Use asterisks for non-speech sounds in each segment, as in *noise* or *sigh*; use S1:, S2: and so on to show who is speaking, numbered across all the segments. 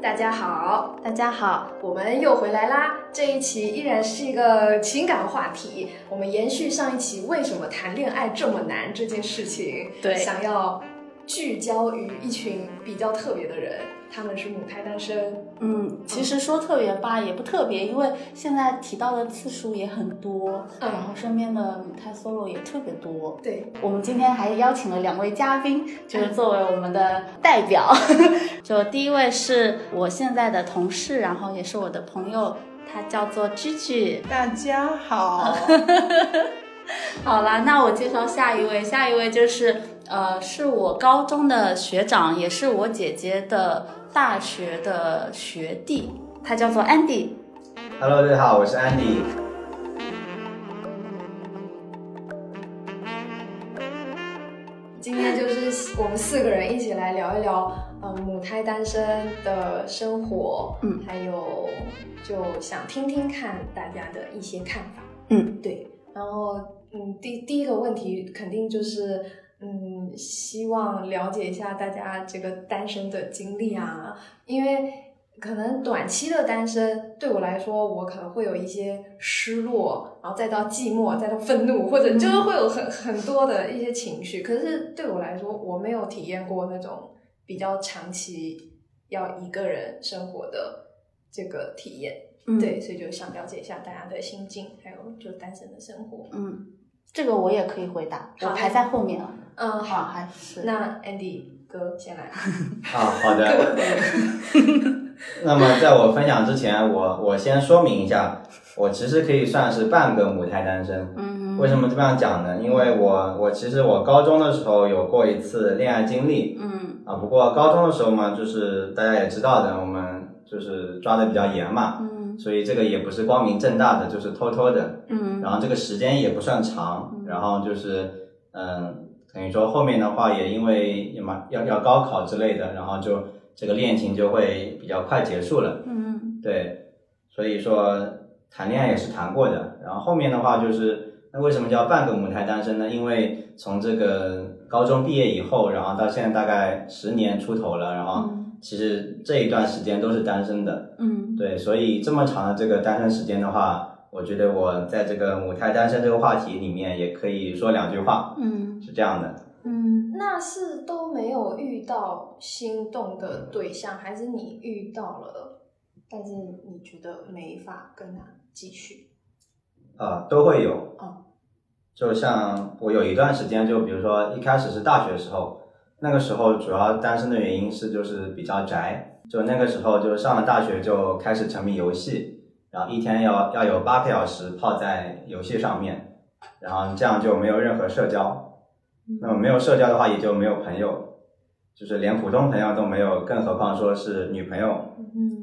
S1: 大家好，
S2: 大家好，
S1: 我们又回来啦！这一期依然是一个情感话题，我们延续上一期为什么谈恋爱这么难这件事情，
S2: 对
S1: 想要聚焦于一群比较特别的人，他们是母胎单身，
S2: 嗯，其实说特别吧也不特别，因为现在提到的次数也很多，
S1: 嗯
S2: 然后身边的母胎 solo 也特别多。
S1: 对，
S2: 我们今天还邀请了两位嘉宾，就是作为我们的代 *laughs* 表。就第一位是我现在的同事，然后也是我的朋友，他叫做 Gigi。
S3: 大家
S2: *laughs*
S3: 好，
S2: 好啦，那我介绍下一位，下一位就是呃，是我高中的学长，也是我姐姐的大学的学弟，他叫做 Andy。
S4: Hello，大家好，我是 Andy。
S1: 今天就是我们四个人一起来聊一聊，呃，母胎单身的生活，
S2: 嗯，
S1: 还有就想听听看大家的一些看法，
S2: 嗯，
S1: 对。然后，嗯，第第一个问题肯定就是，嗯，希望了解一下大家这个单身的经历啊，因为可能短期的单身对我来说，我可能会有一些失落，然后再到寂寞，再到愤怒，或者就是会有很很多的一些情绪。可是对我来说，我没有体验过那种比较长期要一个人生活的这个体验。
S2: 嗯，
S1: 对，所以就想了解一下大家的心境，还有就单身的生活。
S2: 嗯，这个我也可以回答，我
S1: 好
S2: 排在后面了。
S1: 嗯，
S2: 好，
S1: 好，
S2: 还是
S1: 那 Andy 哥先
S2: *laughs*
S1: 来。 *laughs*
S4: 啊，好的。那么，在我分享之前，我我先说明一下，我其实可以算是半个母胎单身。
S2: 嗯，
S4: 为什么这么样讲呢？因为我我其实我高中的时候有过一次恋爱经历
S2: 嗯
S4: 啊，不过高中的时候嘛，就是大家也知道的，我们就是抓的比较严嘛，
S2: 嗯
S4: 所以这个也不是光明正大的，就是偷偷的。
S2: 嗯
S4: 然后这个时间也不算长
S2: 嗯，
S4: 然后就是嗯，等于说后面的话也因为也嘛要要高考之类的，然后就这个恋情就会比较快结束了，
S2: 嗯
S4: 对，所以说谈恋爱也是谈过的，然后后面的话就是那为什么叫半个母胎单身呢？因为从这个高中毕业以后，然后到现在大概十年出头了，然后
S2: 嗯
S4: 其实这一段时间都是单身的，
S2: 嗯
S4: 对，所以这么长的这个单身时间的话，我觉得我在这个母胎单身这个话题里面也可以说两句话，
S2: 嗯
S4: 是这样的。
S2: 嗯，
S1: 那是都没有遇到心动的对象，还是你遇到了，但是你觉得没法跟他继续？
S4: 啊、都会有。
S1: 哦
S4: 就像我有一段时间，就比如说一开始是大学时候，那个时候主要单身的原因是就是比较宅，就那个时候就上了大学就开始沉迷游戏，然后一天要要有八个小时泡在游戏上面，然后这样就没有任何社交。那么没有社交的话，也就没有朋友，就是连普通朋友都没有，更何况说是女朋友。
S2: 嗯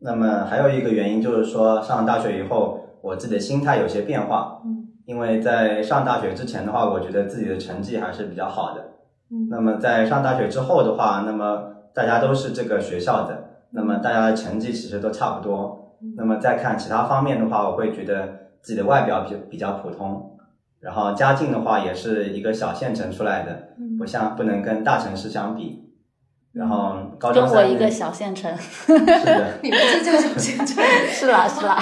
S4: 那么还有一个原因就是说，上了大学以后，我自己的心态有些变化。
S2: 嗯，
S4: 因为在上大学之前的话，我觉得自己的成绩还是比较好的。
S2: 嗯
S4: 那么在上大学之后的话，那么大家都是这个学校的，那么大家的成绩其实都差不多。
S1: 嗯
S4: 那么再看其他方面的话，我会觉得自己的外表比比较普通，然后家境的话也是一个小县城出来的，
S1: 嗯
S4: 不像不能跟大城市相比。然后高中
S2: 跟我
S4: 三
S2: 一个
S4: 年
S2: 小县城， *laughs*
S4: 是的。
S1: 你们这叫小现状？
S2: 是啦是啦，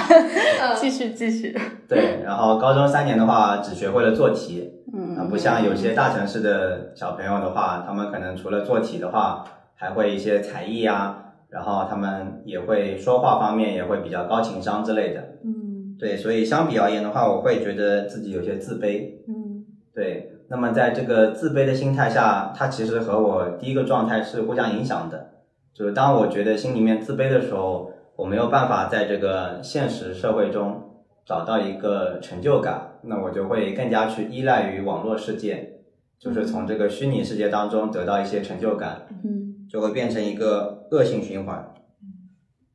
S1: 呃
S2: 继续继续，
S4: 对，然后高中三年的话，只学会了做题啊，
S2: 嗯
S4: 不像有些大城市的小朋友的话，他们可能除了做题的话，还会一些才艺啊，然后他们也会说话方面也会比较高情商之类的。
S2: 嗯
S4: 对，所以相比而言的话，我会觉得自己有些自卑。
S2: 嗯
S4: 对，那么在这个自卑的心态下，它其实和我第一个状态是互相影响的。就是当我觉得心里面自卑的时候，我没有办法在这个现实社会中找到一个成就感，那我就会更加去依赖于网络世界，就是从这个虚拟世界当中得到一些成就感，
S2: 嗯
S4: 就会变成一个恶性循环。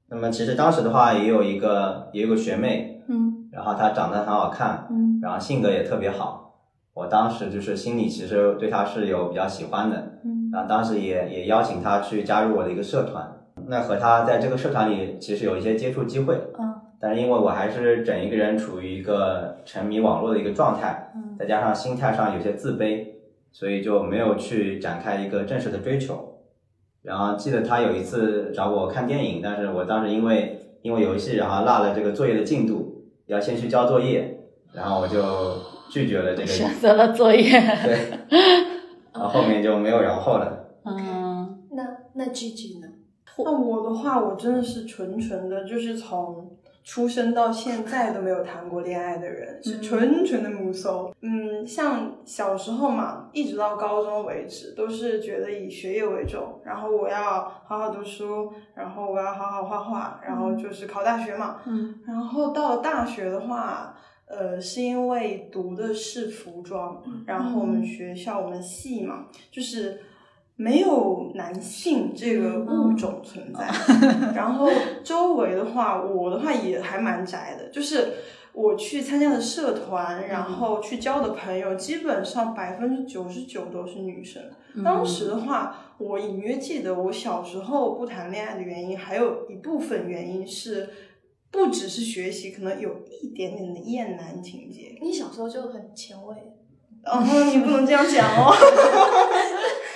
S4: 那么其实当时的话，也有一个也有个学妹，
S2: 嗯
S4: 然后她长得很好看，
S2: 嗯
S4: 然后性格也特别好，我当时就是心里其实对她是有比较喜欢的，
S2: 嗯
S4: 然后当时也也邀请他去加入我的一个社团。那和他在这个社团里其实有一些接触机会，
S2: 嗯
S4: 但是因为我还是整一个人处于一个沉迷网络的一个状态，
S1: 嗯
S4: 再加上心态上有些自卑，所以就没有去展开一个正式的追求。然后记得他有一次找我看电影，但是我当时因为因为游戏，然后落了这个作业的进度，要先去交作业，然后我就拒绝了这个。
S2: 选择了作业。
S4: *laughs* 对，然后后面就没有然后了。
S2: 嗯，
S1: 那那 G G 呢？
S3: 那我的话，我真的是纯纯的，就是从出生到现在都没有谈过恋爱的人，
S2: 嗯
S3: 是纯纯的母搜。嗯，像小时候嘛，一直到高中为止，都是觉得以学业为重，然后我要好好读书，然后我要好好画画，然后就是考大学嘛。
S2: 嗯。
S3: 然后到了大学的话。呃，是因为读的是服装，
S2: 嗯
S3: 然后我们学校我们系嘛，就是没有男性这个物种存在。然后周围的话，我的话也还蛮宅的，就是我去参加的社团，然后去交的朋友，基本上百分之九十九都是女生。当时的话，我隐约记得我小时候不谈恋爱的原因，还有一部分原因是。不只是学习，可能有一点点的厌男情节。
S1: 你小时候就很前卫，
S2: *laughs*
S3: 哦，你不能这样讲哦。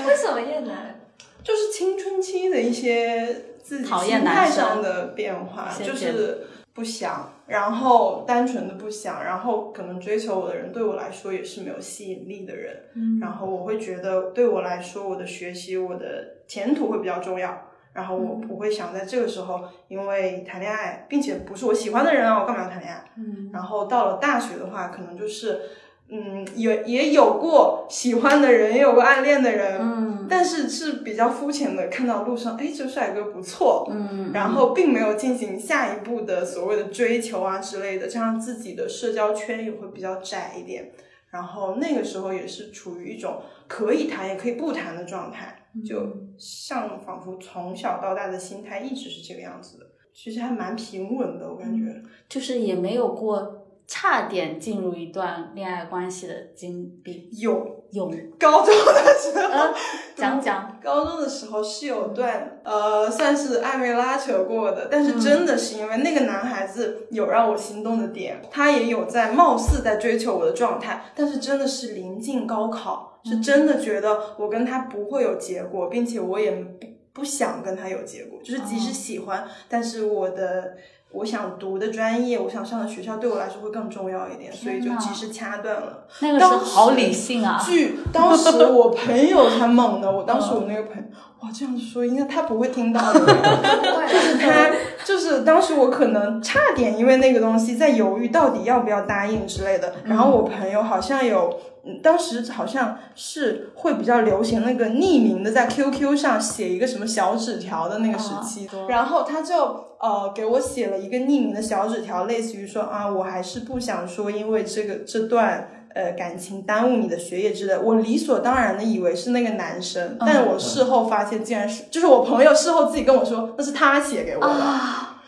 S1: 为什么厌男？ *laughs*
S3: 就是青春期的一些自己
S2: 讨
S3: 心
S2: 厌男
S3: 态
S2: 生
S3: 上的变化，
S2: 先
S3: 就是不想，然后单纯的不想，然后可能追求我的人对我来说也是没有吸引力的人，
S2: 嗯
S3: 然后我会觉得对我来说，我的学习、我的前途会比较重要。然后
S2: 嗯
S3: 我不会想在这个时候，因为谈恋爱，并且不是我喜欢的人啊，我干嘛要谈恋爱？
S2: 嗯
S3: 然后到了大学的话，可能就是，嗯，也也有过喜欢的人，也有过暗恋的人，
S2: 嗯
S3: 但是是比较肤浅的，看到路上，哎，这个帅哥不错，
S2: 嗯，
S3: 然后并没有进行下一步的所谓的追求啊之类的，加上自己的社交圈也会比较窄一点，然后那个时候也是处于一种可以谈也可以不谈的状态，就像仿佛从小到大的心态一直是这个样子的，其实还蛮平稳的，我感觉。
S2: 就是也没有过差点进入一段恋爱关系的经历，
S3: 有
S2: 有
S3: 高中的时候，
S2: 呃，讲讲，
S3: 高中的时候是有段呃，算是暧昧拉扯过的，但是真的是因为那个男孩子有让我心动的点，他也有在貌似在追求我的状态，但是真的是临近高考，是真的觉得我跟他不会有结果，并且我也不不想跟他有结果，就是即使喜欢，
S2: 嗯
S3: 但是我的。我想读的专业，我想上的学校对我来说会更重要一点，所以就
S2: 天哪
S3: 及时掐断了。
S2: 那个时
S3: 当
S2: 候好
S3: 时
S2: 理性啊，
S3: 剧，当时我朋友才猛的，我当时我那个朋友，哇，这样说应该他不会听到的。就
S2: *laughs*
S3: 是他，就是当时我可能差点因为那个东西在犹豫到底要不要答应之类的。然后我朋友好像有，嗯当时好像是会比较流行那个匿名的，在 QQ 上写一个什么小纸条的那个时期。然后他就呃给我写了一个匿名的小纸条，类似于说啊，我还是不想说，因为这个这段。呃，感情耽误你的学业之类，我理所当然的以为是那个男生，但我事后发现竟然是，就是我朋友事后自己跟我说，那是他写给我的， *laughs*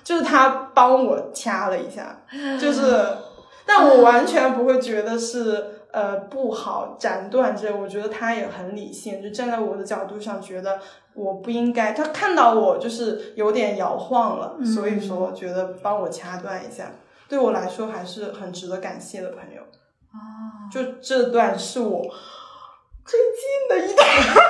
S3: 就是他帮我掐了一下，就是，但我完全不会觉得是呃不好斩断这，我觉得他也很理性，就站在我的角度上，觉得我不应该，他看到我就是有点摇晃了，所以说觉得帮我掐断一下，对我来说还是很值得感谢的朋友。
S2: 啊，
S3: 就这段是我最近的一段，好惨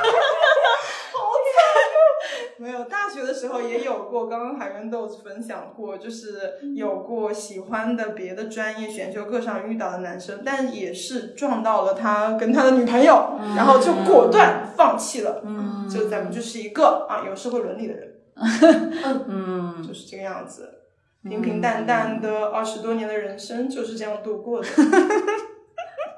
S3: 哦！没有，大学的时候也有过，刚刚还跟豆子分享过，就是
S2: 嗯
S3: 有过喜欢的别的专业选修课上遇到的男生，但也是撞到了他跟他的女朋友，然后就果断放弃了。
S2: 嗯
S3: 就咱们就是一个啊有社会伦理的
S2: *laughs*
S3: 人，
S2: 嗯，
S3: 就是这个样子。平平淡淡的二十多年的人生就是这样度
S2: *laughs*
S3: 过的。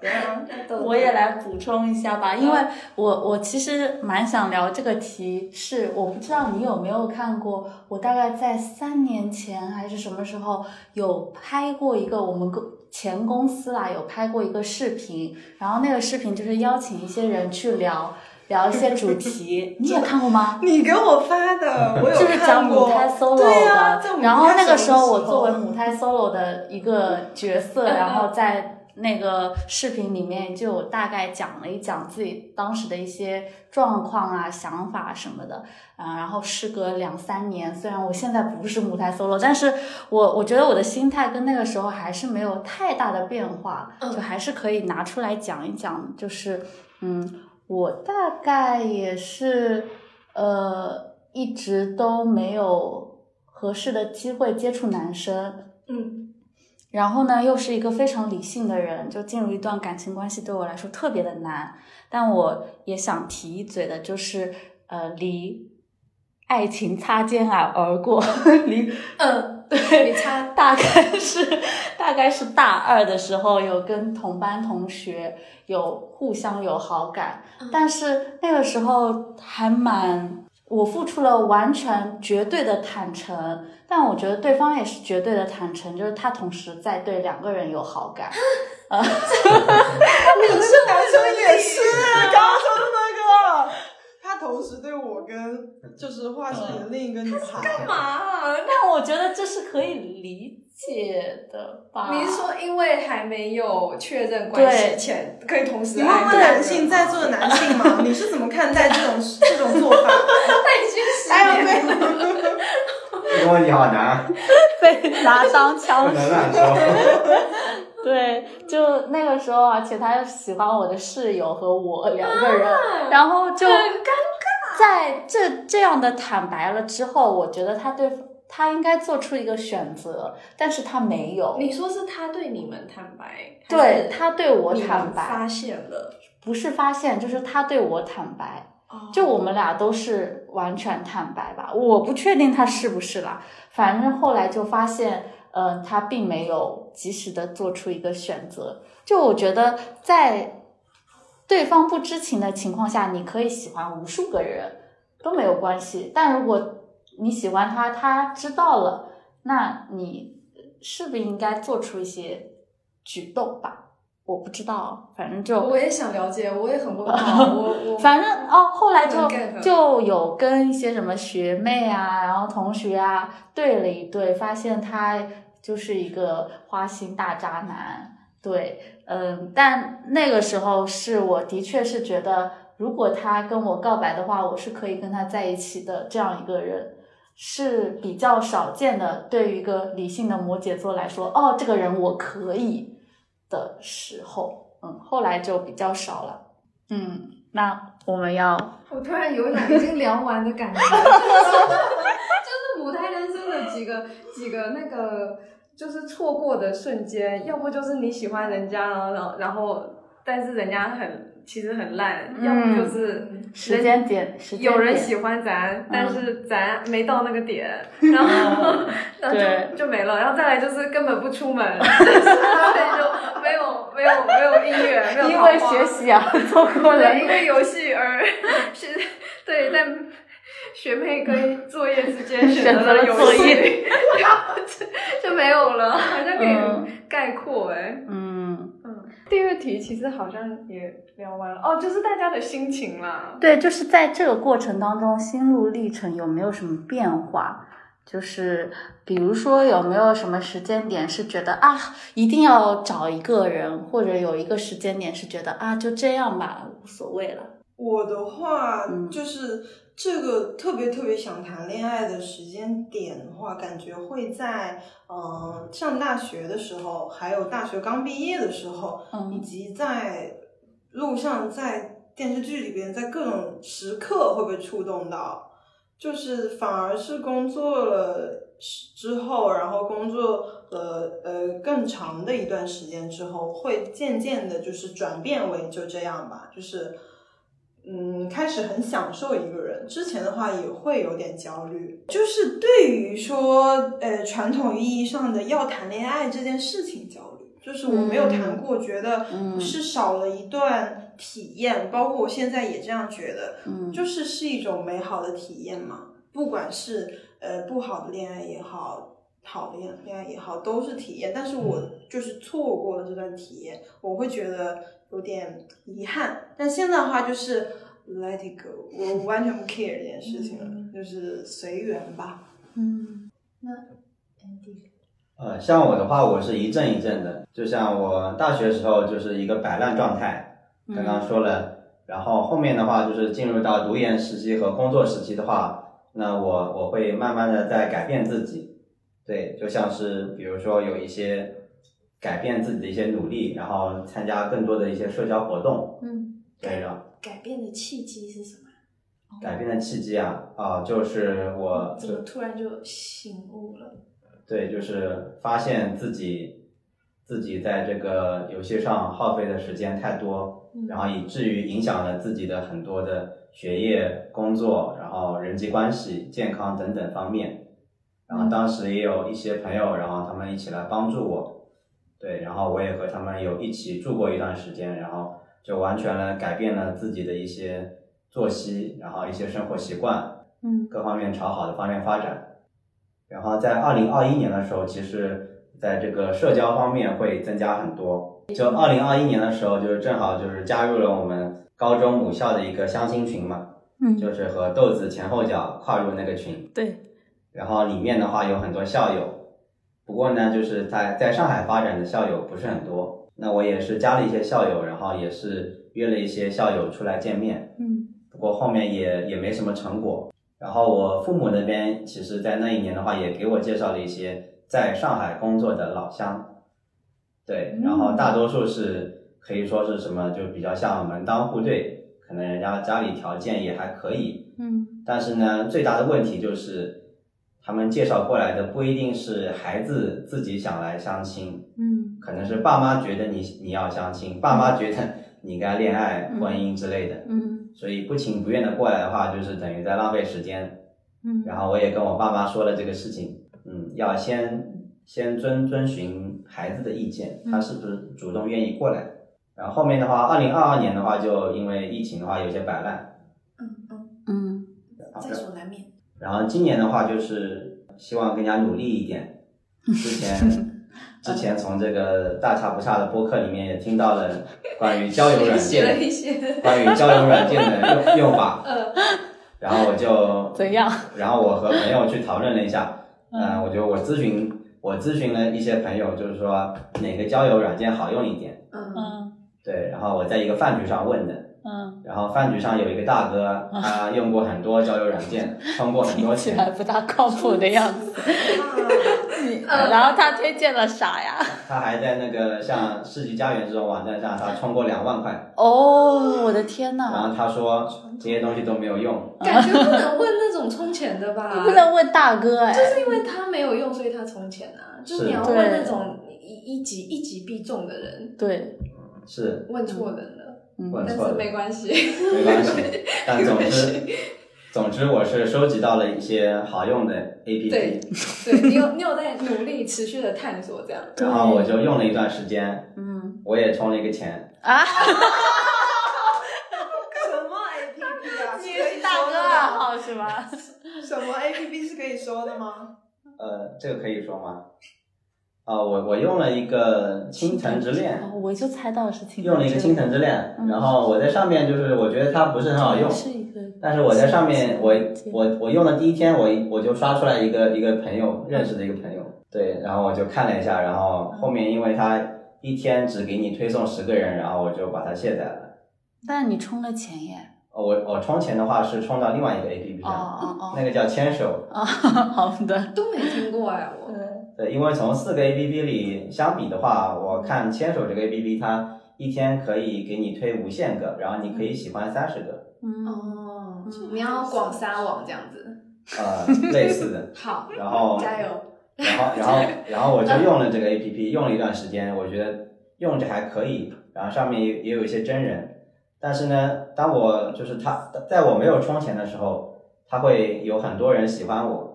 S3: 对啊
S1: *laughs*
S2: 我也来补充一下吧，因为我我其实蛮想聊这个题，是我不知道你有没有看过，我大概在三年前还是什么时候有拍过一个我们公前公司啦有拍过一个视频，然后那个视频就是邀请一些人去聊聊一些主 *laughs* 题，你也看过吗？
S3: 你给我发的，我有
S2: 嗯就是讲
S3: 看
S2: 母
S3: 过。
S2: 胎 solo 的，
S3: 对呀、在母
S2: 然后
S3: 胎
S2: 那个
S3: solo
S2: 时
S3: 的
S2: 候我作为母胎 solo 的一个角色，
S3: 嗯
S2: 然后在那个视频里面就有大概讲了一讲自己当时的一些状况啊、想法什么的啊、然后事隔两三年，虽然我现在不是母胎 solo，但是我我觉得我的心态跟那个时候还是没有太大的变化，
S1: 嗯
S2: 就还是可以拿出来讲一讲，就是嗯，我大概也是。呃一直都没有合适的机会接触男生，
S1: 嗯
S2: 然后呢，又是一个非常理性的人，就进入一段感情关系对我来说特别的难。但我也想提一嘴的，就是呃，离爱情擦肩而而过， *laughs* 离
S1: 嗯，
S2: 对
S1: 你猜，
S2: 大概是大概是大二的时候，有跟同班同学有互相有好感，
S1: 嗯
S2: 但是那个时候还蛮我付出了完全绝对的坦诚，但我觉得对方也是绝对的坦诚，就是他同时在对两个人有好 *laughs* 感，
S3: 你是男生也是高中那个，他同时对我跟就是画室里的另一个女孩，
S1: 干嘛？
S2: 但我觉得这是可以理解的吧？
S1: 你是说因为还没有确认关
S2: 对
S1: 系前，可以同时
S3: 你
S1: 爱两个
S3: 问问
S1: 人
S3: 男性 *laughs* 在座的男性嘛，你是怎么看待这种这种做法？
S1: 他已经十
S3: 哎呦
S1: 年了
S3: 对，
S4: 这个问题好难啊，
S2: 被拿当
S4: 不
S2: 枪
S4: 能乱说。
S1: *laughs*
S2: 对，就那个时候，而且他喜欢我的室友和我两个人，
S1: 啊
S2: 然后就在这这样的坦白了之后，我觉得他对他应该做出一个选择，但是他没有，
S1: 你说是他对你们坦白，还
S2: 对
S1: 是
S2: 他对我
S1: 你们
S2: 坦白，
S1: 发现了，
S2: 不是发现，就是他对我坦白。
S1: 哦
S2: 就我们俩都是完全坦白吧，我不确定他是不是啦，反正后来就发现，呃，他并没有及时的做出一个选择。就我觉得在对方不知情的情况下，你可以喜欢无数个人都没有关系，但如果你喜欢他，他知道了，那你是不是应该做出一些举动吧？我不知道，反正就
S1: 我也想了解，我也很问号，我我
S2: 反正哦，后来就
S1: 能 get
S2: 就有跟一些什么学妹啊，然后同学啊对了一对，发现他就是一个花心大渣男。对，嗯，但那个时候是我的确是觉得，如果他跟我告白的话，我是可以跟他在一起的这样一个人。是比较少见的，对于一个理性的摩羯座来说，哦，这个人我可以的时候，嗯，后来就比较少了。嗯，那我们要
S1: *laughs* 我突然有一种已经聊完的感觉， *laughs* 就是母胎单身的几个几个那个，就是错过的瞬间，要不就是你喜欢人家，然后然后然后，但是人家很其实很烂，
S2: 嗯
S1: 要不就是
S2: 时间点，时间
S1: 有人
S2: 点
S1: 喜欢咱，但是
S2: 嗯
S1: 咱没到那个
S2: *laughs*
S1: 点，然后然后就
S2: 对
S1: 就没了，然后再来就是根本不出门， *laughs* 就是就没有没有没有音乐，没有
S2: 因为
S1: 桃花
S2: 学习啊，错过了
S1: 对，因为游戏而是， *laughs* 对，在学妹跟作业之间选择了游戏，
S2: 选择了作业
S1: 然后就就没有了，好像可
S2: 嗯
S1: 以概括哎、
S2: 嗯，
S1: 嗯，第二题其实好像也聊完了哦，就是大家的心情啦。
S2: 对，就是在这个过程当中，心路历程有没有什么变化？就是比如说有没有什么时间点是觉得啊，一定要找一个人，或者有一个时间点是觉得啊，就这样吧，无所谓了。
S3: 我的话
S2: 嗯
S3: 就是这个特别特别想谈恋爱的时间点的话，感觉会在呃上大学的时候，还有大学刚毕业的时候，以
S2: 嗯
S3: 及在路上、在电视剧里边，在各种时刻会被触动到，就是反而是工作了之后，然后工作了呃更长的一段时间之后，会渐渐的就是转变为就这样吧，就是嗯开始很享受一个人。之前的话也会有点焦虑，就是对于说呃传统意义上的要谈恋爱这件事情焦虑，就是我没有谈过，觉得
S2: 嗯
S3: 是少了一段体验，包括我现在也这样觉得，
S2: 嗯，
S3: 就是是一种美好的体验嘛。不管是呃不好的恋爱也好，好的恋恋爱也好，都是体验。但是我就是错过了这段体验，我会觉得有点遗憾。但现在的话就是 let it go，我完全不 care 这件事情了，
S1: 嗯
S3: 就是随缘吧。
S2: 嗯
S4: 呃，像我的话，我是一阵一阵的，就像我大学时候就是一个摆烂状态，刚刚
S1: 嗯
S4: 说了，然后后面的话就是进入到读研时期和工作时期的话，那我我会慢慢的在改变自己，对，就像是比如说有一些改变自己的一些努力，然后参加更多的一些社交活动，
S2: 嗯
S1: 哦
S4: 对，然后
S1: 改变的契机是什么？
S4: 改变的契机啊啊、就是我
S1: 怎么突然就醒悟了？
S4: 对，就是发现自己自己在这个游戏上耗费的时间太多，
S1: 嗯
S4: 然后以至于影响了自己的很多的学业、工作，然后人际关系、健康等等方面。然后当时也有一些朋友，然后他们一起来帮助我，对，然后我也和他们有一起住过一段时间，然后就完全的改变了自己的一些作息，然后一些生活习惯，
S2: 嗯
S4: 各方面朝好的方面发展。然后在二零二一年的时候，其实在这个社交方面会增加很多。就二零二一年的时候，就是正好就是加入了我们高中母校的一个相亲群嘛，
S2: 嗯，
S4: 就是和豆子前后脚跨入那个群。
S2: 对，
S4: 然后里面的话有很多校友，不过呢，就是在在上海发展的校友不是很多。那我也是加了一些校友，然后也是约了一些校友出来见面。
S2: 嗯
S4: 不过后面也也没什么成果。然后我父母那边，其实在那一年的话，也给我介绍了一些在上海工作的老乡，对，然
S2: 嗯
S4: 后大多数是可以说是什么，就比较像门当户对，可能人家家里条件也还可以，
S2: 嗯
S4: 但是呢，最大的问题就是他们介绍过来的不一定是孩子自己想来相亲，
S2: 嗯
S4: 可能是爸妈觉得你你要相亲，爸妈觉得你应该恋爱、婚姻之类的，
S2: 嗯
S4: 所以不情不愿的过来的话，就是等于在浪费时间。
S2: 嗯，
S4: 然后我也跟我爸妈说了这个事情，嗯，要先先遵遵循孩子的意见，
S2: 嗯
S4: 他是不是主动愿意过来。然后后面的话，二零二二年的话，就因为疫情的话有些摆烂，
S1: 嗯嗯，
S2: 嗯
S1: 在所难免。
S4: 然后今年的话就是希望更加努力一
S2: *laughs*
S4: 点。之前之前从这个大差不差的播客里面也听到了关于交友软
S1: 学了
S4: 件
S1: 一
S4: 的，
S1: 些，
S4: 关于交友软件的用用法，
S1: 呃，
S4: 然后我就
S2: *laughs* 怎样？
S4: 然后我和朋友去讨论了一下，
S2: 嗯
S4: 嗯，我就我咨询我咨询了一些朋友，就是说哪个交友软件好用一点。
S3: 啊
S1: 嗯
S2: 嗯
S4: 对，然后我在一个饭局上问的，
S2: 嗯，
S4: 然后饭局上有一个大哥，他用过很多交友软件，充过很
S2: 听
S4: 多
S2: 起
S4: 钱，
S2: 来不大靠谱的样子。你
S1: 嗯
S2: 然后他推荐了啥呀？
S4: 他还在那个像世纪佳缘这种网站上，他充过两万块，
S2: 哦，我的天
S1: 嗯
S4: 然
S2: 呐，
S4: 后他说这些东西都没有用，
S1: *laughs* 感觉不能问那种充钱的 *laughs* 吧？
S2: 不能问大哥哎。
S1: 就是因为他没有用，所以他充钱啊。就是你要
S2: 对
S1: 问那种一一击一击必中的人，
S2: 对，
S4: 是
S1: 问错人了，
S2: 嗯
S4: 问
S1: 但
S4: 错
S1: 是
S4: 了，
S1: 没关系。 *laughs*
S4: 没关系，但总
S1: 没关
S4: 之
S1: 系
S4: *laughs* 总之我是收集到了一些好用的 APP，
S1: 对对你有你有在努力持续的探索这样。
S4: 然后啊我就用了一段时间，
S2: 嗯
S4: 我也充了一个钱，
S2: 啊，
S3: 什么 A P P
S1: *laughs*
S3: 啊？是可以
S2: 大
S3: 说
S2: 哥
S3: 的
S2: 暗
S3: 吗？
S2: 号是吧？
S3: 什么 A P P 是可以说的吗？
S4: 呃，这个可以说吗？啊、我我用了一个倾城之恋
S2: 哦，，我就猜到是青
S4: 用了一个倾城之恋，然后我在上面就是我觉得它不是很好用，
S2: 嗯是一个，
S4: 但是我在上面我我我用的第一天我我就刷出来一个一个朋友认识的一个朋友，对，然后我就看了一下，然后后面因为它一天只给你推送十个人，然后我就把它卸载了。
S2: 但你充了钱耶。
S4: 哦我我充钱的话是充到另外一个 A P P
S2: 哦
S4: 上，
S2: 哦
S4: 那个叫牵手，
S2: 哦，哦， *laughs* 好的，
S1: 都没听过哎、我
S2: 嗯
S4: 对，因为从四个 APP 里相比的话，我看牵手这个 APP 它一天可以给你推无限个，然后你可以喜欢三十个，
S2: 嗯，
S1: 哦
S2: 嗯
S1: 你要广撒网这样子，
S4: 呃，类似的。
S1: 好，
S4: 然后，
S1: 加油。
S4: 然后，
S2: *laughs*
S4: 然后，然后我就用了这个 APP，用了一段时间，我觉得用着还可以，然后上面也也有一些真人，但是呢，当我就是他，在我没有充钱的时候，他会有很多人喜欢我，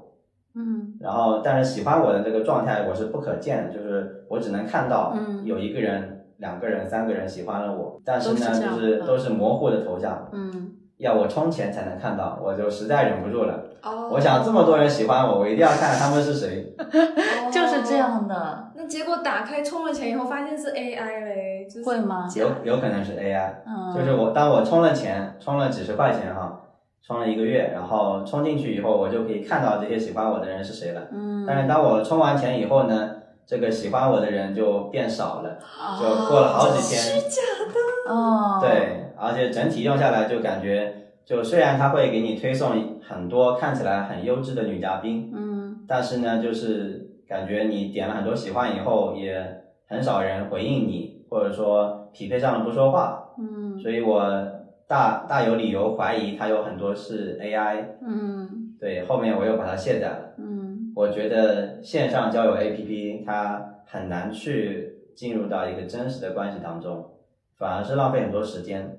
S2: 嗯
S4: 然后，但是喜欢我的这个状态我是不可见的，就是我只能看到
S2: 嗯
S4: 有一个人、两个人、三个人喜欢了我，但是
S2: 都
S4: 呢，
S2: 是这样
S4: 就是
S2: 嗯
S4: 都是模糊的头像，
S2: 嗯
S4: 要我充钱才能看到，我就实在忍不住了。
S1: 哦，
S4: 我想这么多人喜欢我，我一定要看看他们是谁。
S1: 哦
S2: 就是这。样的，
S1: 那结果打开充了钱以后，发现是 AI 嘞，就是
S2: 会吗
S1: 假
S4: 有
S1: 的
S4: 有可能是 AI，
S2: 嗯，
S4: 就是我当我充了钱，充了几十块钱哈，充了一个月，然后充进去以后，我就可以看到这些喜欢我的人是谁了。
S2: 嗯，
S4: 但是当我充完钱以后呢，这个喜欢我的人就变少了。
S1: 哦
S2: 啊
S4: 就过了好几天，
S2: 哦，，
S4: 对，而且整体用下来就感觉，就虽然它会给你推送很多看起来很优质的女嘉宾，
S2: 嗯
S4: 但是呢，就是感觉你点了很多喜欢以后，也很少人回应你，或者说匹配上了不说话，
S2: 嗯，
S4: 所以我大大有理由怀疑它有很多是 AI，
S2: 嗯
S4: 对，后面我又把它卸载了。
S2: 嗯
S4: 我觉得线上交友 APP 它很难去进入到一个真实的关系当中，反而是浪费很多时间。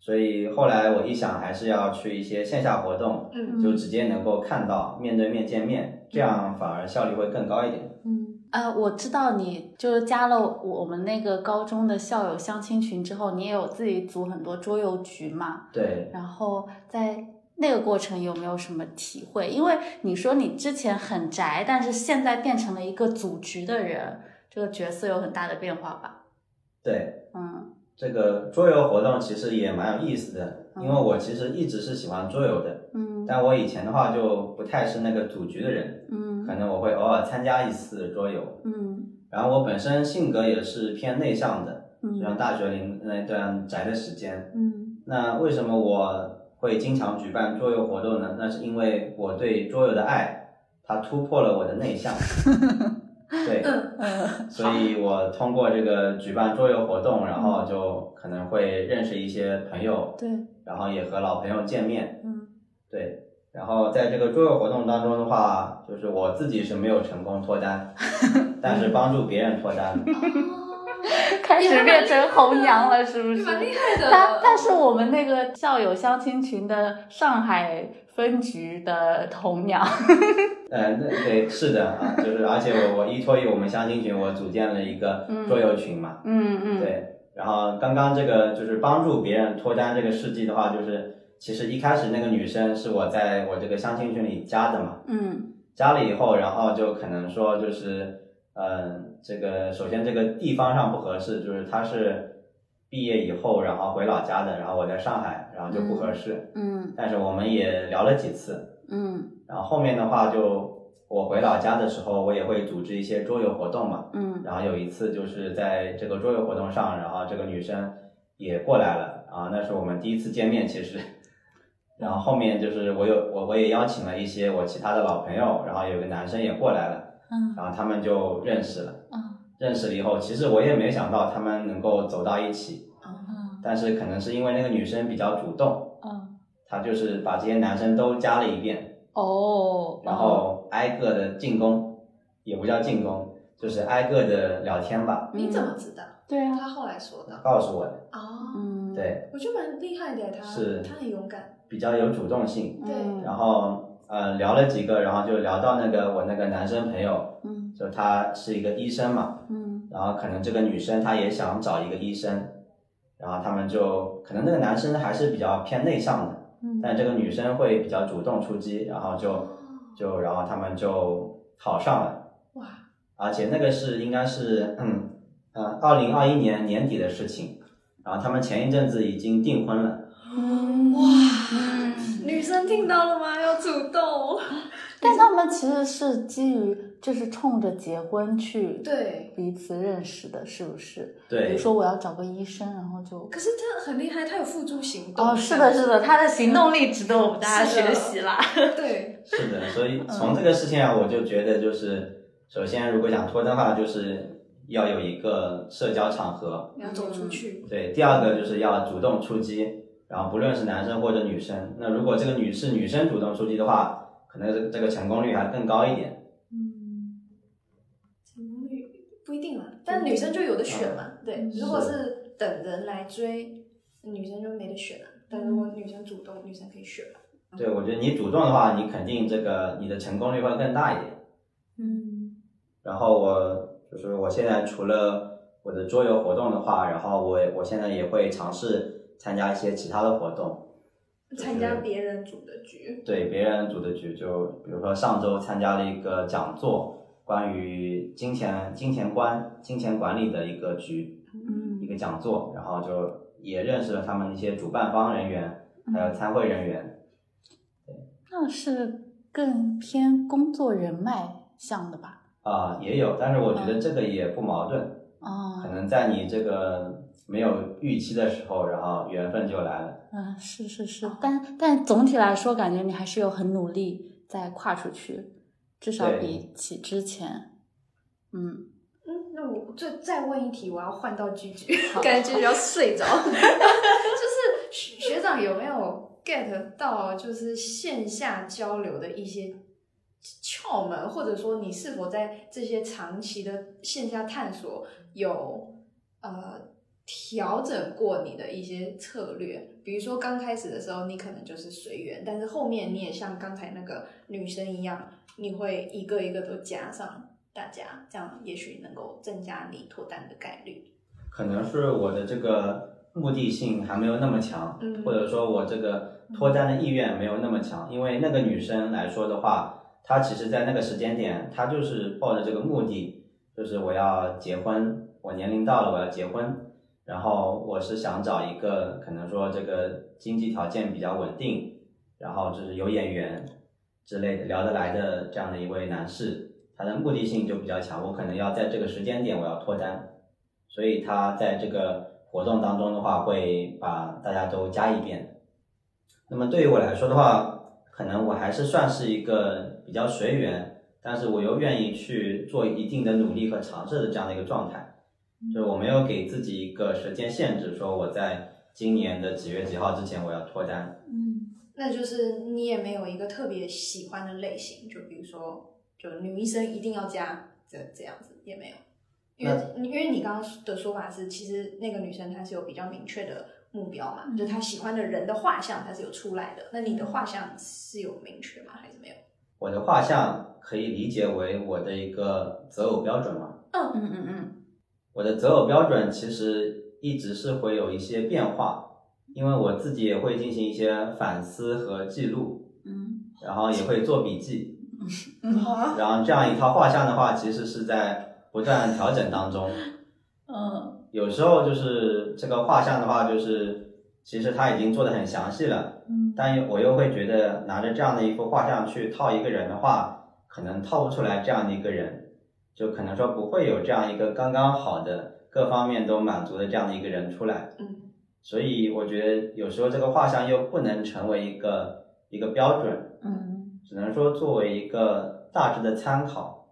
S4: 所以后来我一想，还是要去一些线下活动，
S1: 嗯
S4: 就直接能够看到面对面见面，这样反而效率会更高一点。
S2: 嗯，呃，我知道你就是加了我们那个高中的校友相亲群之后，你也有自己组很多桌游局嘛？
S4: 对，
S2: 然后在那个过程有没有什么体会？因为你说你之前很宅，但是现在变成了一个组局的人，这个角色有很大的变化吧？
S4: 对，
S2: 嗯
S4: 这个桌游活动其实也蛮有意思的，因为我其实一直是喜欢桌游的，
S2: 嗯
S4: 但我以前的话就不太是那个组局的人，可
S2: 嗯
S4: 能我会偶尔参加一次桌游。
S2: 嗯
S4: 然后我本身性格也是偏内向的，就像
S2: 嗯
S4: 大学里那段宅的时间。
S2: 嗯
S4: 那为什么我会经常举办桌游活动呢？那是因为我对桌游的爱，它突破了我的内
S2: *laughs*
S4: 向。对，
S2: 嗯
S4: 所以我通过这个举办桌游活动，然后就可能会认识一些朋友，
S2: 对，
S4: 然后也和老朋友见面，
S2: 嗯
S4: 对。然后在这个桌游活动当中的话，就是我自己是没有成功脱单，但是帮助别人脱单。
S2: 开始变成红娘了，是不
S1: 哦你
S2: 是？
S1: 蛮厉害的。
S2: 他他是我们那个校友相亲群的上海分局的红娘，
S4: 呃，那对，是的啊， *laughs* 就是而且我我依托于我们相亲群，我组建了一个桌游群嘛，
S2: 嗯嗯，
S4: 对。然后刚刚这个就是帮助别人脱单这个事迹的话，就是其实一开始那个女生是我在我这个相亲群里加的嘛，
S2: 嗯
S4: 加了以后，然后就可能说就是，嗯、这个首先这个地方上不合适，就是他是毕业以后然后回老家的，然后我在上海，然后就不合适。
S2: 嗯
S4: 但是我们也聊了几次，
S2: 嗯
S4: 然后后面的话就我回老家的时候，我也会组织一些桌游活动嘛。
S2: 嗯
S4: 然后有一次就是在这个桌游活动上，然后这个女生也过来了，然后那是我们第一次见面，其实。然后后面就是我有我我也邀请了一些我其他的老朋友，然后有个男生也过来了，
S2: 嗯
S4: 然后他们就认识了。
S2: 嗯
S4: 认识了以后，其实我也没想到他们能够走到一起，
S2: 嗯
S4: 但是可能是因为那个女生比较主动，
S2: 嗯，
S4: 她就是把这些男生都加了一遍，
S2: 哦，
S4: 然后挨个的进攻，也不叫进攻，就是挨个的聊天
S2: 哦
S4: 吧，
S2: 嗯
S1: 你怎么知道？
S2: 对啊，
S1: 他后来说的。
S4: 告诉我的。
S1: 哦，
S2: 嗯，，
S4: 对，
S1: 我觉得蛮厉害的，他
S4: 是
S1: 他很勇敢。
S4: 比较有主动性。
S1: 对
S4: 然后呃聊了几个，然后就聊到那个我那个男生朋友，
S2: 嗯
S4: 就他是一个医生嘛，
S2: 嗯
S4: 然后可能这个女生她也想找一个医生，然后他们就可能那个男生还是比较偏内向的，
S2: 嗯，
S4: 但这个女生会比较主动出击，然后就就然后他们就好上了，
S1: 哇，
S4: 而且那个是应该是嗯嗯二零二一年年底的事情，然后他们前一阵子已经订婚了。
S1: 嗯
S2: 哇，
S1: 女生听到了吗？要主动。
S2: 但他们其实是基于就是冲着结婚去
S1: 对，
S2: 彼此认识的，是不是？比
S4: 对
S2: 如，说我要找个医生，然后就
S1: 可是他很厉害，他有付诸行动。
S2: 哦，是的，是的，他的行动力值得我们大家
S1: 是的
S2: 学习啦。
S1: 对，
S4: 是的，所以从这个事情上，我就觉得就是，首先如果想脱单的话，就是要有一个社交场合，
S1: 你要走出去。
S4: 对。第二个就是要主动出击，然后不论是男生或者女生，那如果这个女是女生主动出击的话，可能这这个成功率还更高一点。
S2: 嗯
S1: 成功率不一定了，但女生就有的选嘛。对，
S2: 是
S1: 如果是等人来追，女生就没得选了。但如
S2: 嗯
S1: 果女生主动，女生可以选嘛。
S4: 对，我觉得你主动的话，你肯定这个你的成功率会更大一点。
S2: 嗯
S4: 然后我就是我现在除了我的桌游活动的话，然后我我现在也会尝试参加一些其他的活动。
S1: 参加别人组的局，
S4: 对别人组的局，就比如说上周参加了一个讲座，关于金钱、金钱观、金钱管理的一个局，一
S2: 嗯
S4: 个讲座，然后就也认识了他们一些主办方人员，
S2: 嗯
S4: 还有参会人员。
S2: 那是更偏工作人脉向的吧？
S4: 啊、也有，但是我觉得这个也不矛盾，
S2: 哦
S4: 可，能在你这个没有预期的时候，然后缘分就来了。
S2: 嗯，是是是，但但总体来说，感觉你还是有很努力在跨出去，至少
S4: 对
S2: 比起之前，嗯，
S1: 嗯，那 *laughs* 我再再问一题，我要换到居居，感觉居居要睡着。就是学学长有没有 get 到就是线下交流的一些窍门，或者说你是否在这些长期的线下探索有呃调整过你的一些策略？比如说刚开始的时候你可能就是随缘，但是后面你也像刚才那个女生一样，你会一个一个都加上大家，这样也许能够增加你脱单的概率。
S4: 可能是我的这个目的性还没有那么强，
S1: 嗯
S4: 或者说我这个脱单的意愿没有那么强，因为那个女生来说的话，她其实在那个时间点，她就是抱着这个目的，就是我要结婚，我年龄到了我要结婚，然后我是想找一个可能说这个经济条件比较稳定，然后就是有眼缘之类的聊得来的这样的一位男士，他的目的性就比较强，我可能要在这个时间点我要脱单。所以他在这个活动当中的话，会把大家都加一遍。那么对于我来说的话，可能我还是算是一个比较随缘，但是我又愿意去做一定的努力和尝试的这样的一个状态。就是我没有给自己一个时间限制，说我在今年的几月几号之前我要脱单。
S2: 嗯，
S1: 那就是你也没有一个特别喜欢的类型，就比如说，就女医生一定要加这这样子也没有，因为因为你刚刚的说法是，其实那个女生她是有比较明确的目标嘛，
S2: 嗯
S1: 就她喜欢的人的画像她是有出来的，那你的画像是有明确吗？还是没有？
S4: 我的画像可以理解为我的一个择偶标准嘛？
S2: 嗯嗯嗯，
S4: 我的择偶标准其实一直是会有一些变化，因为我自己也会进行一些反思和记录，
S2: 嗯，
S4: 然后也会做笔记，
S3: 嗯，好啊，
S4: 然后这样一套画像的话，其实是在不断调整当中。
S2: 嗯，
S4: 有时候就是这个画像的话，就是其实他已经做的很详细了，
S2: 嗯
S4: 但我又会觉得拿着这样的一幅画像去套一个人的话，可能套不出来这样的一个人，就可能说不会有这样一个刚刚好的各方面都满足的这样的一个人出来。
S1: 嗯，
S4: 所以我觉得有时候这个画像又不能成为一个一个标准，
S2: 嗯
S4: 只能说作为一个大致的参考。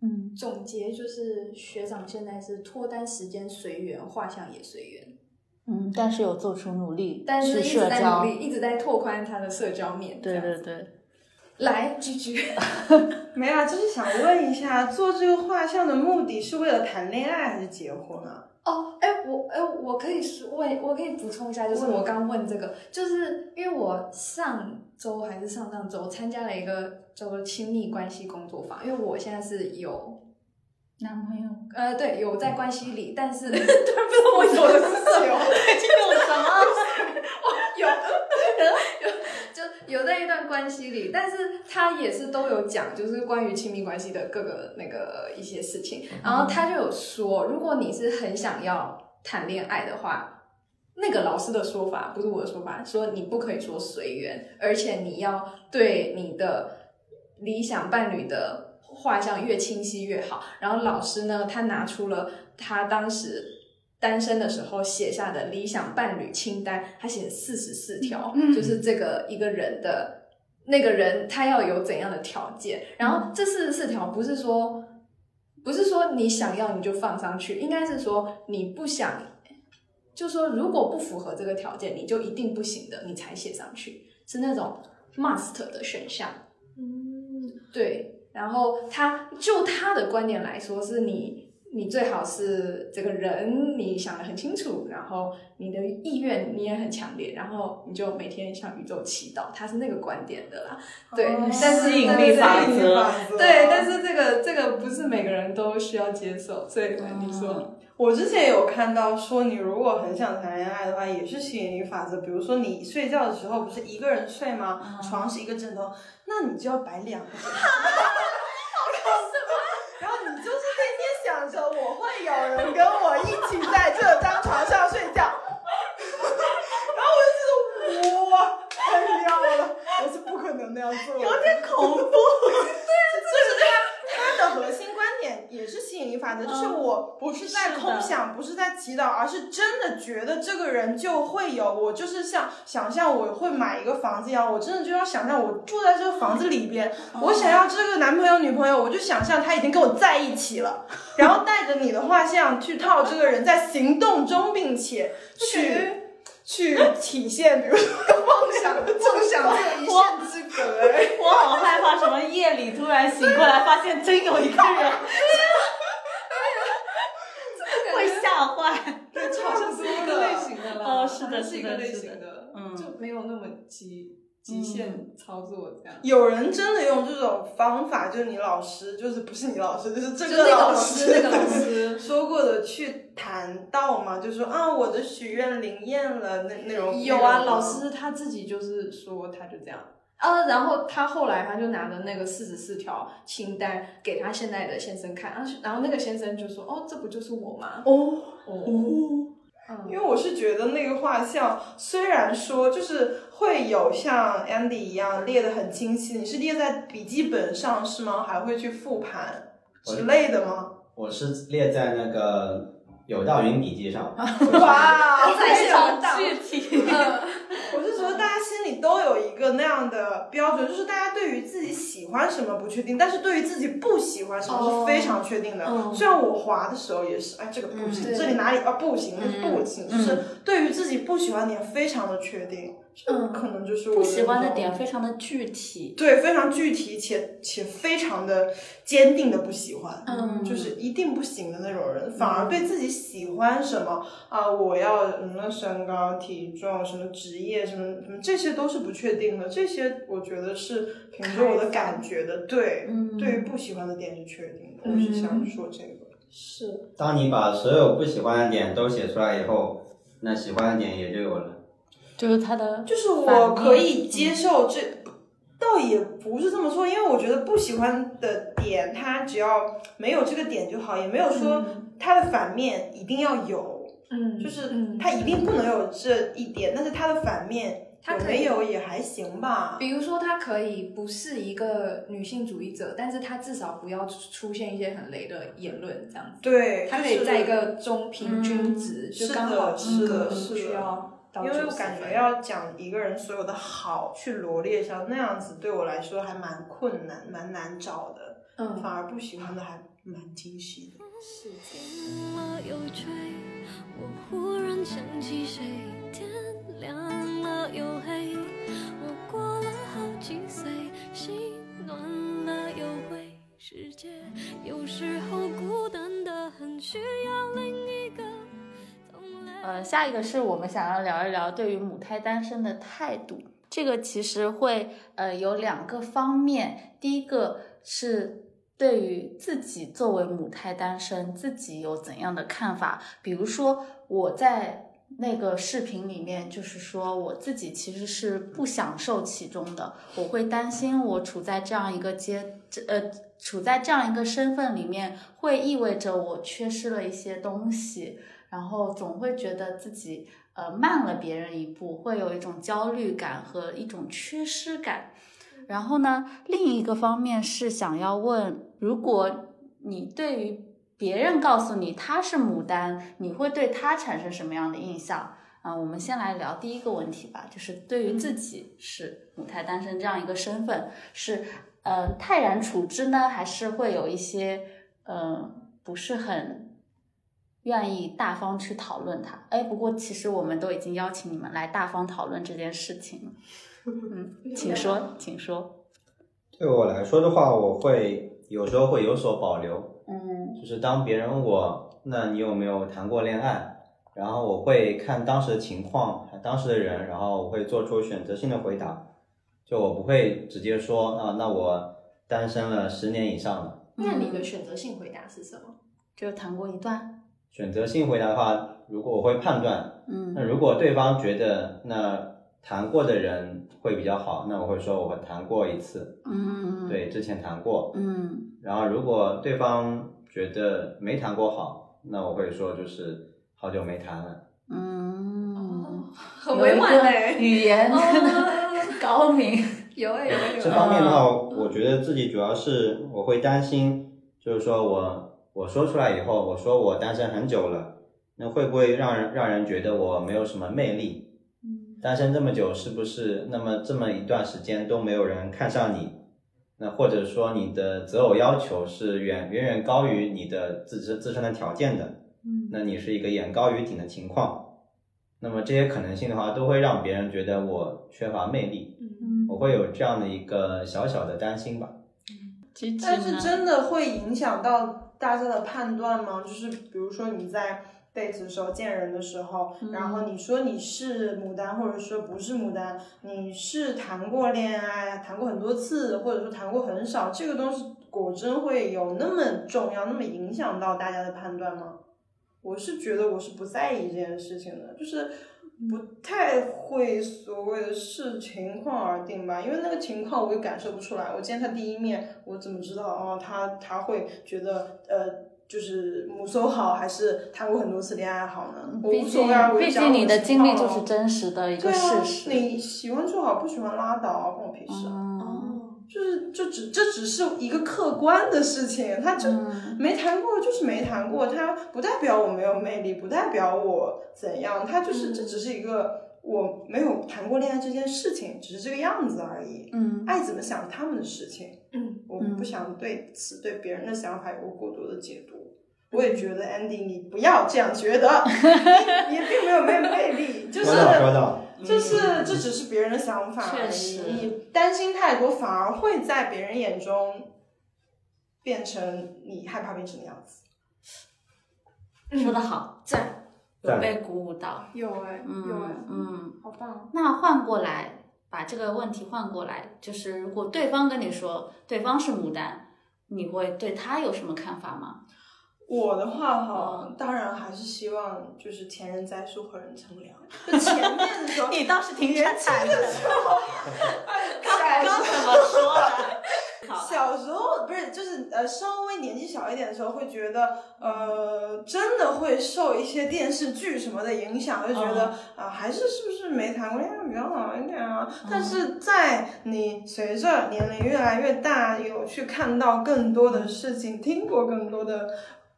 S2: 嗯，
S1: 总结就是学长现在是脱单时间随缘，画像也随缘，
S2: 嗯，但是有做出努力，
S1: 但是
S2: 去
S1: 一直
S2: 社
S1: 在
S2: 交
S1: 努，力，一直在拓宽他的社交面。
S2: 对
S1: 这样
S2: 对
S1: 子，
S2: 对，
S1: 来居居。
S3: 没啊，就是想问一下，做这个画像的目的是为了谈恋爱还是结婚啊？
S1: *laughs* 哦，哎，我哎，我可以说，问，我可以补充一下，就是
S3: 问
S1: 我刚问这个，就是因为我上周还是上上周参加了一个叫做亲密关系工作坊，因为我现在是有
S2: 男朋友
S1: 呃对有在关系里，但是 *laughs* 对不知道为什么是室友，
S2: 有什么？
S1: *laughs* 哦有有就有在一段关系里，但是他也是都有讲，就是关于亲密关系的各个那个一些事情。然后他就有说，如果你是很想要谈恋爱的话，那个老师的说法不是我的说法，说你不可以说随缘，而且你要对你的理想伴侣的画像越清晰越好。然后老师呢，他拿出了他当时。单身的时候写下的理想伴侣清单，他写四十四条，
S3: 嗯
S1: 就是这个一个人的那个人他要有怎样的条件，然后这四十四条不是说不是说你想要你就放上去，应该是说你不想，就说如果不符合这个条件，你就一定不行的，你才写上去，是那种 must 的选项。
S3: 嗯，
S1: 对，然后他就他的观点来说，是你你最好是这个人你想的很清楚，然后你的意愿你也很强烈，然后你就每天向宇宙祈祷，他是那个观点的啦。对，但是
S2: 吸引力法则
S3: 哦吸引力法则
S1: 对，但是这个这个不是每个人都需要接受，所以你说，
S3: 我之前有看到说，你如果很想谈恋爱的话，也是吸引力法则。比如说你睡觉的时候不是一个人睡吗？床是一个枕头，那你就要摆两个枕头。然后你就是天天想着我会有人跟我一起在这张床上睡觉，然后我就觉得哇，太妙了，我是不可能那样做的，有点恐怖。对就是他他的核心观点也是吸引力法则，就是我不是在
S2: 是的
S3: 空想，不是在祈祷，而是真的觉得这个人就会有。我就是像想象我会买一个房子一样，我真的就要想象我住在这个房子里边，我想要这个男朋友女朋友，我就想象他已经跟我在一起了，然后带着你的画像去套这个人，在行动中并且
S1: 感觉
S3: 去。去体现，比如说梦想梦想这一线之隔。哎
S2: *laughs* 我好害怕，什么夜里突然醒过来，发现真有一个人，会吓坏。
S3: 对，
S1: 好像是一个类型的啦，
S2: 哦是的
S1: 好像是一
S2: 是
S1: 个
S2: 的
S1: 类
S2: 是
S1: 型
S2: 的
S1: 的，
S2: 嗯
S1: 就没有那么极极限操作这样。
S3: 有人真的用这种方法，就是你老师，就是不是你老师，就是这
S1: 就那个
S3: 老
S1: 老师，那个老师
S3: 说过的去谈到嘛，就说啊，我的许愿灵验了，那那种
S1: 有啊，
S3: 那种
S1: 老师他自己就是说他就这样。啊，然后他后来他就拿着那个四十四条清单给他现在的先生看，然后然后那个先生就说：“哦，这不就是我吗
S3: 哦？”
S1: 哦，
S3: 哦。
S1: 嗯
S3: 因为我是觉得那个画像，虽然说就是会有像 Andy 一样列的很清晰，你是列在笔记本上是吗？还会去复盘之类的吗？
S4: 我是列在那个有道云笔记上，
S3: 哇，
S1: 在
S2: *laughs* 非常
S1: 想到
S2: 具体。
S3: 我是觉得大家心里都有一个那样的标准，就是大家对于自己喜欢什么不确定，但是对于自己不喜欢什么
S1: 哦
S3: 是非常确定的。
S1: 嗯
S3: 虽然我滑的时候也是，哎，这个不行，
S1: 嗯
S3: 这里哪里啊不行，那
S2: 嗯
S3: 不行，
S2: 嗯
S3: 就是对于自己不喜欢的点非常的确定。
S1: 嗯
S3: 可能就是我
S2: 不 *laughs* 喜欢的
S3: 那种
S2: 点非常的具体，
S3: 对，非常具体且且非常的坚定的不喜欢，
S2: 嗯
S3: 就是一定不行的那种人，反而对自己喜欢什么啊、我要嗯，那身高、体重、什么职业、什么什么，这些都是不确定的，这些我觉得是凭着我的感觉的，对，
S2: 嗯
S3: 对于不喜欢的点是确定的，
S1: 嗯
S3: 我是想说这个。
S1: 是
S4: 当你把所有不喜欢的点都写出来以后，那喜欢的点也就有了。
S2: 就是他的
S3: 就是
S2: 反嗯
S3: 我
S2: 应
S3: 可以接受这，倒也不是这么说，因为我觉得不喜欢的点，它只要没有这个点就好，也没有说
S2: 嗯
S3: 它的反面一定要有，
S1: 嗯，
S3: 就是
S1: 嗯
S3: 它一定不能有这一点，但是它的反面
S1: 它
S3: 有
S1: 可以
S3: 没有也还行吧。
S1: 比如说，她可以不是一个女性主义者，但是她至少不要出现一些很雷的言论，这样子。
S3: 对，
S1: 她可
S3: 就
S1: 以
S3: 是
S1: 在一个中
S2: 嗯
S1: 平均值，
S3: 是
S1: 就
S3: 的
S1: 刚好及
S3: 是
S1: 格，
S3: 的
S1: 不
S3: 是的
S1: 需要到
S3: 因为
S1: 90
S3: 我感觉
S1: 分
S3: 要讲一个人所有的好去罗列上，那样子对我来说还蛮困难，蛮难找的，
S1: 嗯
S3: 反而不喜欢的还蛮清晰的。
S5: 醒了又追，我忽然想起谁，天亮了又黑，我过了好几岁，心暖了又灰，世界有时候孤单的很，需要另一个懂了。
S2: 呃，下一个是我们想要聊一聊对于母胎单身的态度。这个其实会呃有两个方面，第一个是对于自己作为母胎单身，自己有怎样的看法？比如说我在那个视频里面，就是说我自己其实是不享受其中的，我会担心我处在这样一个阶呃处在这样一个身份里面，会意味着我缺失了一些东西。然后总会觉得自己呃慢了别人一步，会有一种焦虑感和一种缺失感。然后呢，另一个方面是想要问，如果你对于别人告诉你他是牡丹，你会对他产生什么样的印象？啊、我们先来聊第一个问题吧，就是对于
S1: 嗯
S2: 自己是母胎单身这样一个身份，是呃泰然处之呢，还是会有一些呃不是很愿意大方去讨论它？哎，不过其实我们都已经邀请你们来大方讨论这件事
S1: *laughs*
S2: 情了。嗯，请说，请说。
S4: 对我来说的话，我会有时候会有所保留，
S2: 嗯
S4: 就是当别人问我，那你有没有谈过恋爱？然后我会看当时的情况，当时的人，然后我会做出选择性的回答，就我不会直接说啊，那我单身了十年以上了。
S2: 嗯
S1: 那你的选择性回答是什么？
S2: 就谈过一段。
S4: 选择性回答的话，如果我会判断，那
S2: 嗯
S4: 如果对方觉得那谈过的人会比较好，那我会说我谈过一次，
S2: 嗯，，
S4: 对，之前谈过。
S2: 嗯
S4: 然后如果对方觉得没谈过好，那我会说就是好久没谈了。
S2: *laughs* 嗯，
S1: 哦很委婉
S2: 嘞，
S1: 嘞，
S2: *laughs* 语言真的
S1: *laughs* 哦
S2: 高明。
S1: 有哎有哎有
S4: 这
S1: 哎，
S4: 方面的话，我觉得自己主要是我会担心，就是说我我说出来以后，我说我单身很久了，那会不会让人让人觉得我没有什么魅力？单身这么久，是不是那么这么一段时间都没有人看上你？那或者说你的择偶要求是远远远高于你的自身自身的条件的，
S2: 嗯
S4: 那你是一个眼高于顶的情况。那么这些可能性的话，都会让别人觉得我缺乏魅力，
S2: 嗯
S4: 我会有这样的一个小小的担心吧。
S2: 其实
S3: 但是
S2: 呢
S3: 真的会影响到大家的判断吗？就是比如说你在 date 的时候见人的时候，
S2: 嗯
S3: 然后你说你是牡丹，或者说不是牡丹，你是谈过恋爱，谈过很多次，或者说谈过很少，这个东西果真会有那么重要，那么影响到大家的判断吗？我是觉得我是不在意这件事情的，就是
S2: 嗯
S3: 不太会所谓的视情况而定吧，因为那个情况我也感受不出来。我见他第一面，我怎么知道哦？他他会觉得呃，就是母搜好还是谈过很多次恋爱好呢？我
S2: 嗯毕
S3: 无所
S2: 竟
S3: 谓啊，我就
S2: 毕
S3: 讲我
S2: 竟你的
S3: 情
S2: 经历
S3: 况
S2: 就是
S3: 咯
S2: 真实的一个
S3: 对啊
S2: 事实。
S3: 你喜欢就好，不喜欢拉倒啊，关我屁事啊。
S2: 嗯
S1: 哦，
S3: 就是就只这只是一个客观的事情，他就
S2: 嗯
S3: 没谈过就是没谈过，它不代表我没有魅力，不代表我怎样，它就是、
S2: 嗯
S3: 这只是一个我没有谈过恋爱这件事情，只是这个样子而已。
S2: 嗯
S3: 爱怎么想他们的事情，
S1: 嗯，
S3: 我
S2: 嗯
S3: 不想对此对别人的想法有过过多的解读。我
S1: 嗯
S3: 也觉得 Andy，你不要这样觉得，
S1: *laughs*
S3: 你你并没有没有魅力，就是
S4: 说到说到，
S1: 嗯
S3: 就是这只是别人的想法而
S2: 确
S3: 已
S2: 实，
S3: 你担心太多，反而会在别人眼中变成你害怕变成的样子。
S1: 嗯
S2: 说的好，赞，有
S4: 赞
S2: 被鼓舞到。
S1: 有哎、
S2: 嗯
S3: 啊
S1: 有哎、
S2: 嗯，
S1: 好棒！
S2: 那换过来，把这个问题换过来，就是如果对方跟你说对方是牡丹，你会对他有什么看法吗？，
S3: 我的话哈，当然还是希望就是前人栽树，后人
S1: *laughs*
S3: 乘凉。就前面的时候
S2: 倒是挺年轻的，
S3: 小
S2: 刚刚怎么说的？ *laughs* 好了，
S3: 小时候不是，就是呃，稍微年纪小一点的时候，会觉得呃，真的会受一些电视剧什么的影响，就觉得啊、
S2: 嗯
S3: 还是是不是没谈过恋爱比较好一点啊？但是在你随着年龄越来越大，有去看到更多的事情，听过更多的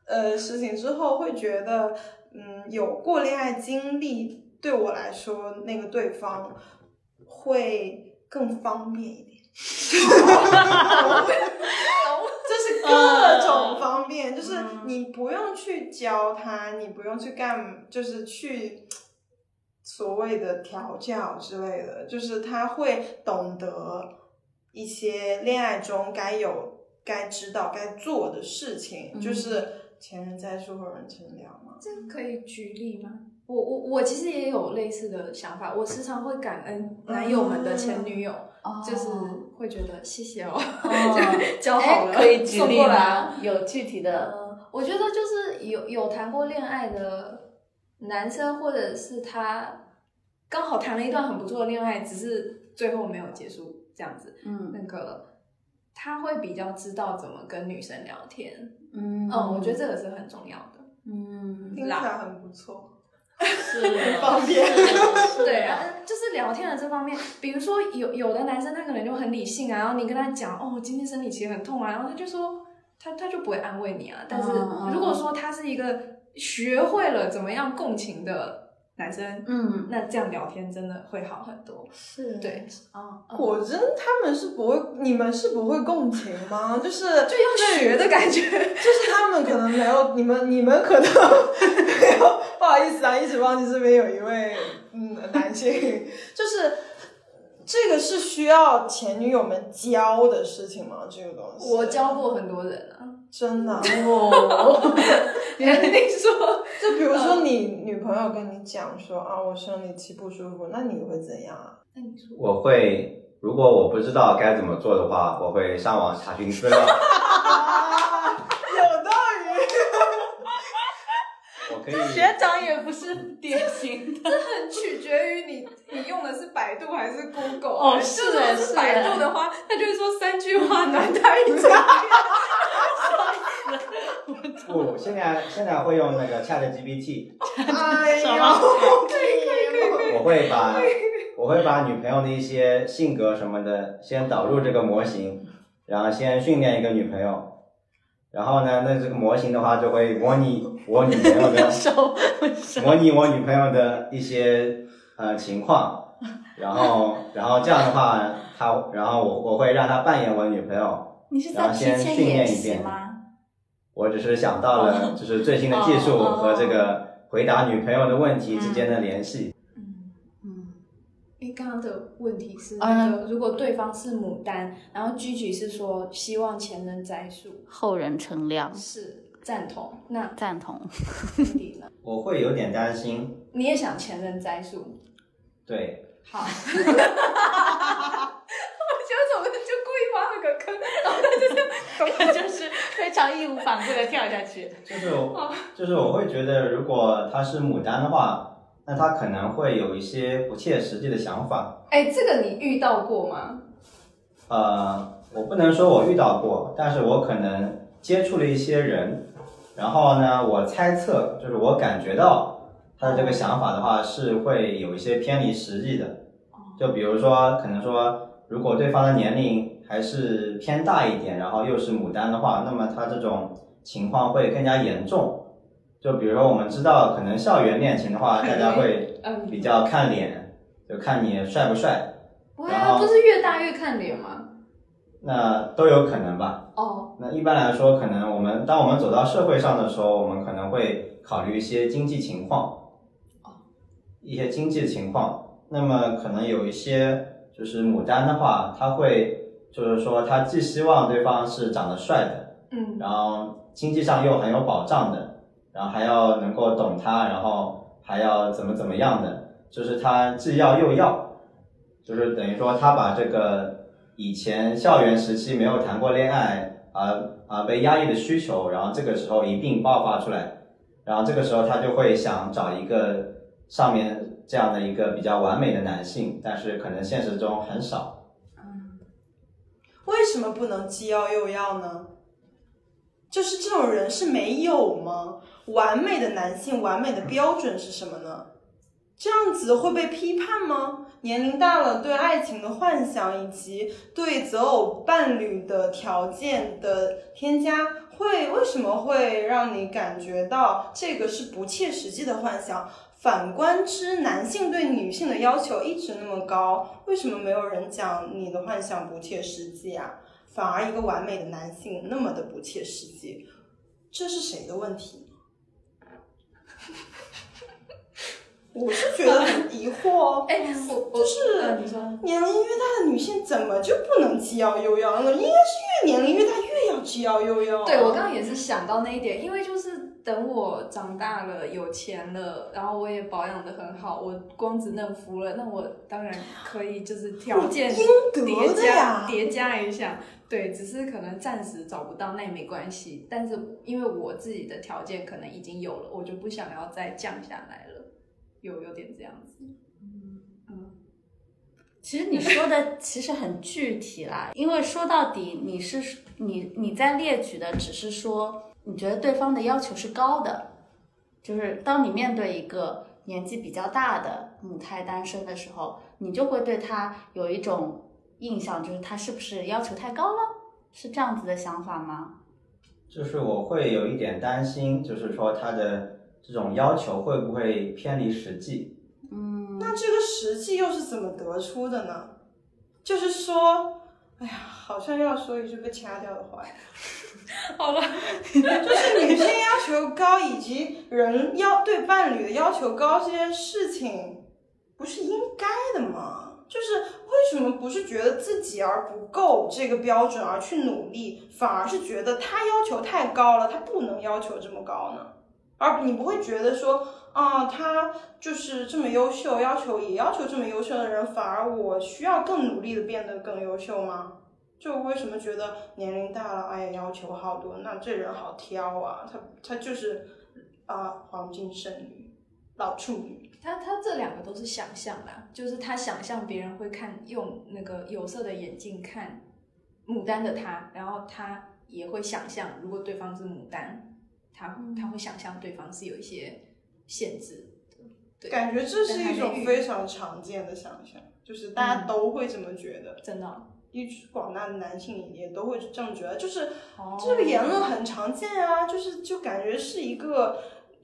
S3: 呃事情之后，会觉得嗯，有过恋爱经历，对我来说，那个对方会更方便一点。就是各种方便，就是你不用去教他，你不用去干，就是去嗯所谓的调教之类的，就是他会懂得一些恋爱中该有、该知道、该做的事情，
S2: 嗯
S3: 就是前人栽树，后人乘凉嘛。
S1: 这个可以举例吗？我我我其实也有类似的想法，我时常会感恩男友们的前女友，就是会觉得谢谢哦， *laughs* 教好
S2: 哦
S1: 了，
S2: 哎，可以举
S1: 送
S2: 例
S1: 过来。啊
S2: 吗？有具体的？
S1: 嗯，我觉得就是有有谈过恋爱的男生，或者是他刚好谈了一段很不错的恋爱，只是最后没有结束这样子，
S2: 嗯
S1: 那个他会比较知道怎么跟女生聊天。
S2: 嗯
S1: 嗯，我觉得这个是很重要的。
S2: 嗯
S3: 听起来很不错，
S2: 是
S3: 很方便
S2: 是
S1: 对啊，就是聊天的这方面，比如说有有的男生他可能就很理性啊，然后你跟他讲哦，今天生理期很痛啊，然后他就说他他就不会安慰你啊。但是
S2: 嗯嗯
S1: 如果说他是一个学会了怎么样共情的男生，
S2: 嗯
S1: 那这样聊天真的会好很多。
S2: 是
S1: 对，啊、嗯
S3: 果真他们是不会，你们是不会共情吗？就是就
S1: 就要学的感觉。
S3: 就是他们可能没有， *laughs* 你们你们可能没有，不好意思啊，一直忘记这边有一位嗯男性，就是这个是需要前女友们教的事情吗？这个东西
S1: 我教过很多人啊，
S3: 真的哦，
S1: *laughs* 你说
S3: 就比如说你女朋友跟你讲说啊我生理期不舒服，那你会怎样啊？
S1: 那你说
S4: 我会，如果我不知道该怎么做的话，我会上网查询资料。 *laughs*
S3: 啊，有道理，
S4: 我可以，
S2: *laughs* 学长也不是典型的，
S1: 很取决于你你用的是百度还是 Google
S2: 哦
S1: 啊
S2: 是
S1: 就如果
S2: 是
S1: 是百度的话，他就会说三句话暖他一下。
S4: 不，现在现在会用那个 Chat GPT，
S3: 哎
S2: 什
S3: 呦，
S2: 么
S4: 我会把我会把女朋友的一些性格什么的先导入这个模型，然后先训练一个女朋友。然后呢，那这个模型的话就会模拟我女朋友
S2: *laughs*
S4: 的
S2: 手
S4: 模拟我女朋友的一些呃情况，然后然后这样的话，她然后我我会让她扮演我女朋友，
S2: 你是
S4: 然
S2: 在
S4: 后
S2: 提
S4: 先
S2: 前
S4: 训练
S2: 演
S4: 一
S2: 习
S4: 遍
S2: 吗？
S4: 我只是想到了就是最新的技术
S2: 哦哦哦哦
S4: 和这个回答女朋友的问题之间的联系，
S1: 嗯哎，刚刚的问题是
S2: 啊
S1: 那个，如果对方是牡丹，然后居居是说希望前人栽树，
S2: 后人乘凉，
S1: 哦是赞同。那
S2: 赞同。
S1: 你
S2: 哦
S1: 呢？
S4: 我会有点担心，
S1: 你也想前人栽树？
S4: 对，
S1: *laughs* 好，我觉得怎么就故意挖了个坑，然后他就这样，
S2: 就是非常义无反顾的跳下去。
S4: 就是我就是我会觉得，如果他是牡丹的话，那他可能会有一些不切实际的想法。
S1: 哎，这个你遇到过吗？
S4: 呃，我不能说我遇到过，但是我可能接触了一些人，然后呢，我猜测就是我感觉到他的这个想法的话是会有一些偏离实际的。就比如说，可能说，如果对方的年龄还是偏大一点，然后又是牡丹的话，那么他这种情况会更加严重。就比如说，我们知道，可能校园恋情的话，大家会
S1: 嗯，
S4: 比较看脸，就看你帅不帅，然
S1: 哇，
S4: 后
S1: 不是越大越看脸吗？
S4: 那都有可能吧。
S1: 哦，
S4: 那一般来说，可能我们当我们走到社会上的时候，我们可能会考虑一些经济情况，一些经济情况。那么可能有一些就是牡丹的话，他会就是说他既希望对方是长得帅的，
S1: 嗯，
S4: 然后经济上又很有保障的，然后还要能够懂他，然后还要怎么怎么样的，就是他既要又要，就是等于说他把这个以前校园时期没有谈过恋爱而而被压抑的需求，然后这个时候一并爆发出来，然后这个时候他就会想找一个上面这样的一个比较完美的男性，但是可能现实中很少。
S3: 为什么不能既要又要呢？就是这种人是没有吗？完美的男性，完美的标准是什么呢？这样子会被批判吗？年龄大了，对爱情的幻想以及对择偶伴侣的条件的添加，会为什么会让你感觉到这个是不切实际的幻想？反观之，男性对女性的要求一直那么高，为什么没有人讲你的幻想不切实际啊？反而一个完美的男性那么的不切实际，这是谁的问题呢？ *laughs* 我是觉得很疑惑哦。
S1: 哎，我我
S3: 就是
S1: 嗯你说，
S3: 年龄越大的女性怎么就不能既要又要呢？应该是越年龄越大越要既要又要啊。
S1: 对我刚刚也是想到那一点，因为就是等我长大了、有钱了，然后我也保养的很好，我光子嫩肤了，那我当然可以就是条件
S3: 应
S1: 叠
S3: 得的呀
S1: 加。叠加一下。对，只是可能暂时找不到，那也没关系。但是因为我自己的条件可能已经有了，我就不想要再降下来了，有有点这样子。嗯
S2: 其实你说的其实很具体啦， *laughs* 因为说到底你是你你在列举的只是说你觉得对方的要求是高的，就是当你面对一个年纪比较大的母胎单身的时候，你就会对他有一种印象，就是他是不是要求太高了，是这样子的想法吗？
S4: 就是我会有一点担心，就是说他的这种要求会不会偏离实际？
S2: 嗯，
S3: 那这个实际又是怎么得出的呢？就是说，哎呀，好像要说一句被掐掉的话，
S1: 好了，
S3: 就是女性要求高以及人要对伴侣的要求高这件事情，不是应该的吗？就是为什么不是觉得自己而不够这个标准而去努力，反而是觉得他要求太高了，他不能要求这么高呢？而你不会觉得说，啊、他就是这么优秀，要求也要求这么优秀的人，反而我需要更努力的变得更优秀吗？就为什么觉得年龄大了，哎呀，要求好多，那这人好挑啊，他他就是啊、黄金剩女、老处女，
S1: 他他这两个都是想象啦，就是他想象别人会看用那个有色的眼镜看牡丹的他，然后他也会想象如果对方是牡丹，他
S2: 嗯
S1: 他会想象对方是有一些限制的。对，
S3: 感觉这是
S1: 但
S3: 一
S1: 还没
S3: 种
S1: 遇
S3: 非常常见的想象，就是大
S1: 嗯
S3: 家都会这么觉得，
S1: 真的哦、
S3: 一直广大的男性也都会这样觉得，就是
S1: 哦
S3: 这个言论很常见啊，就是就感觉是一个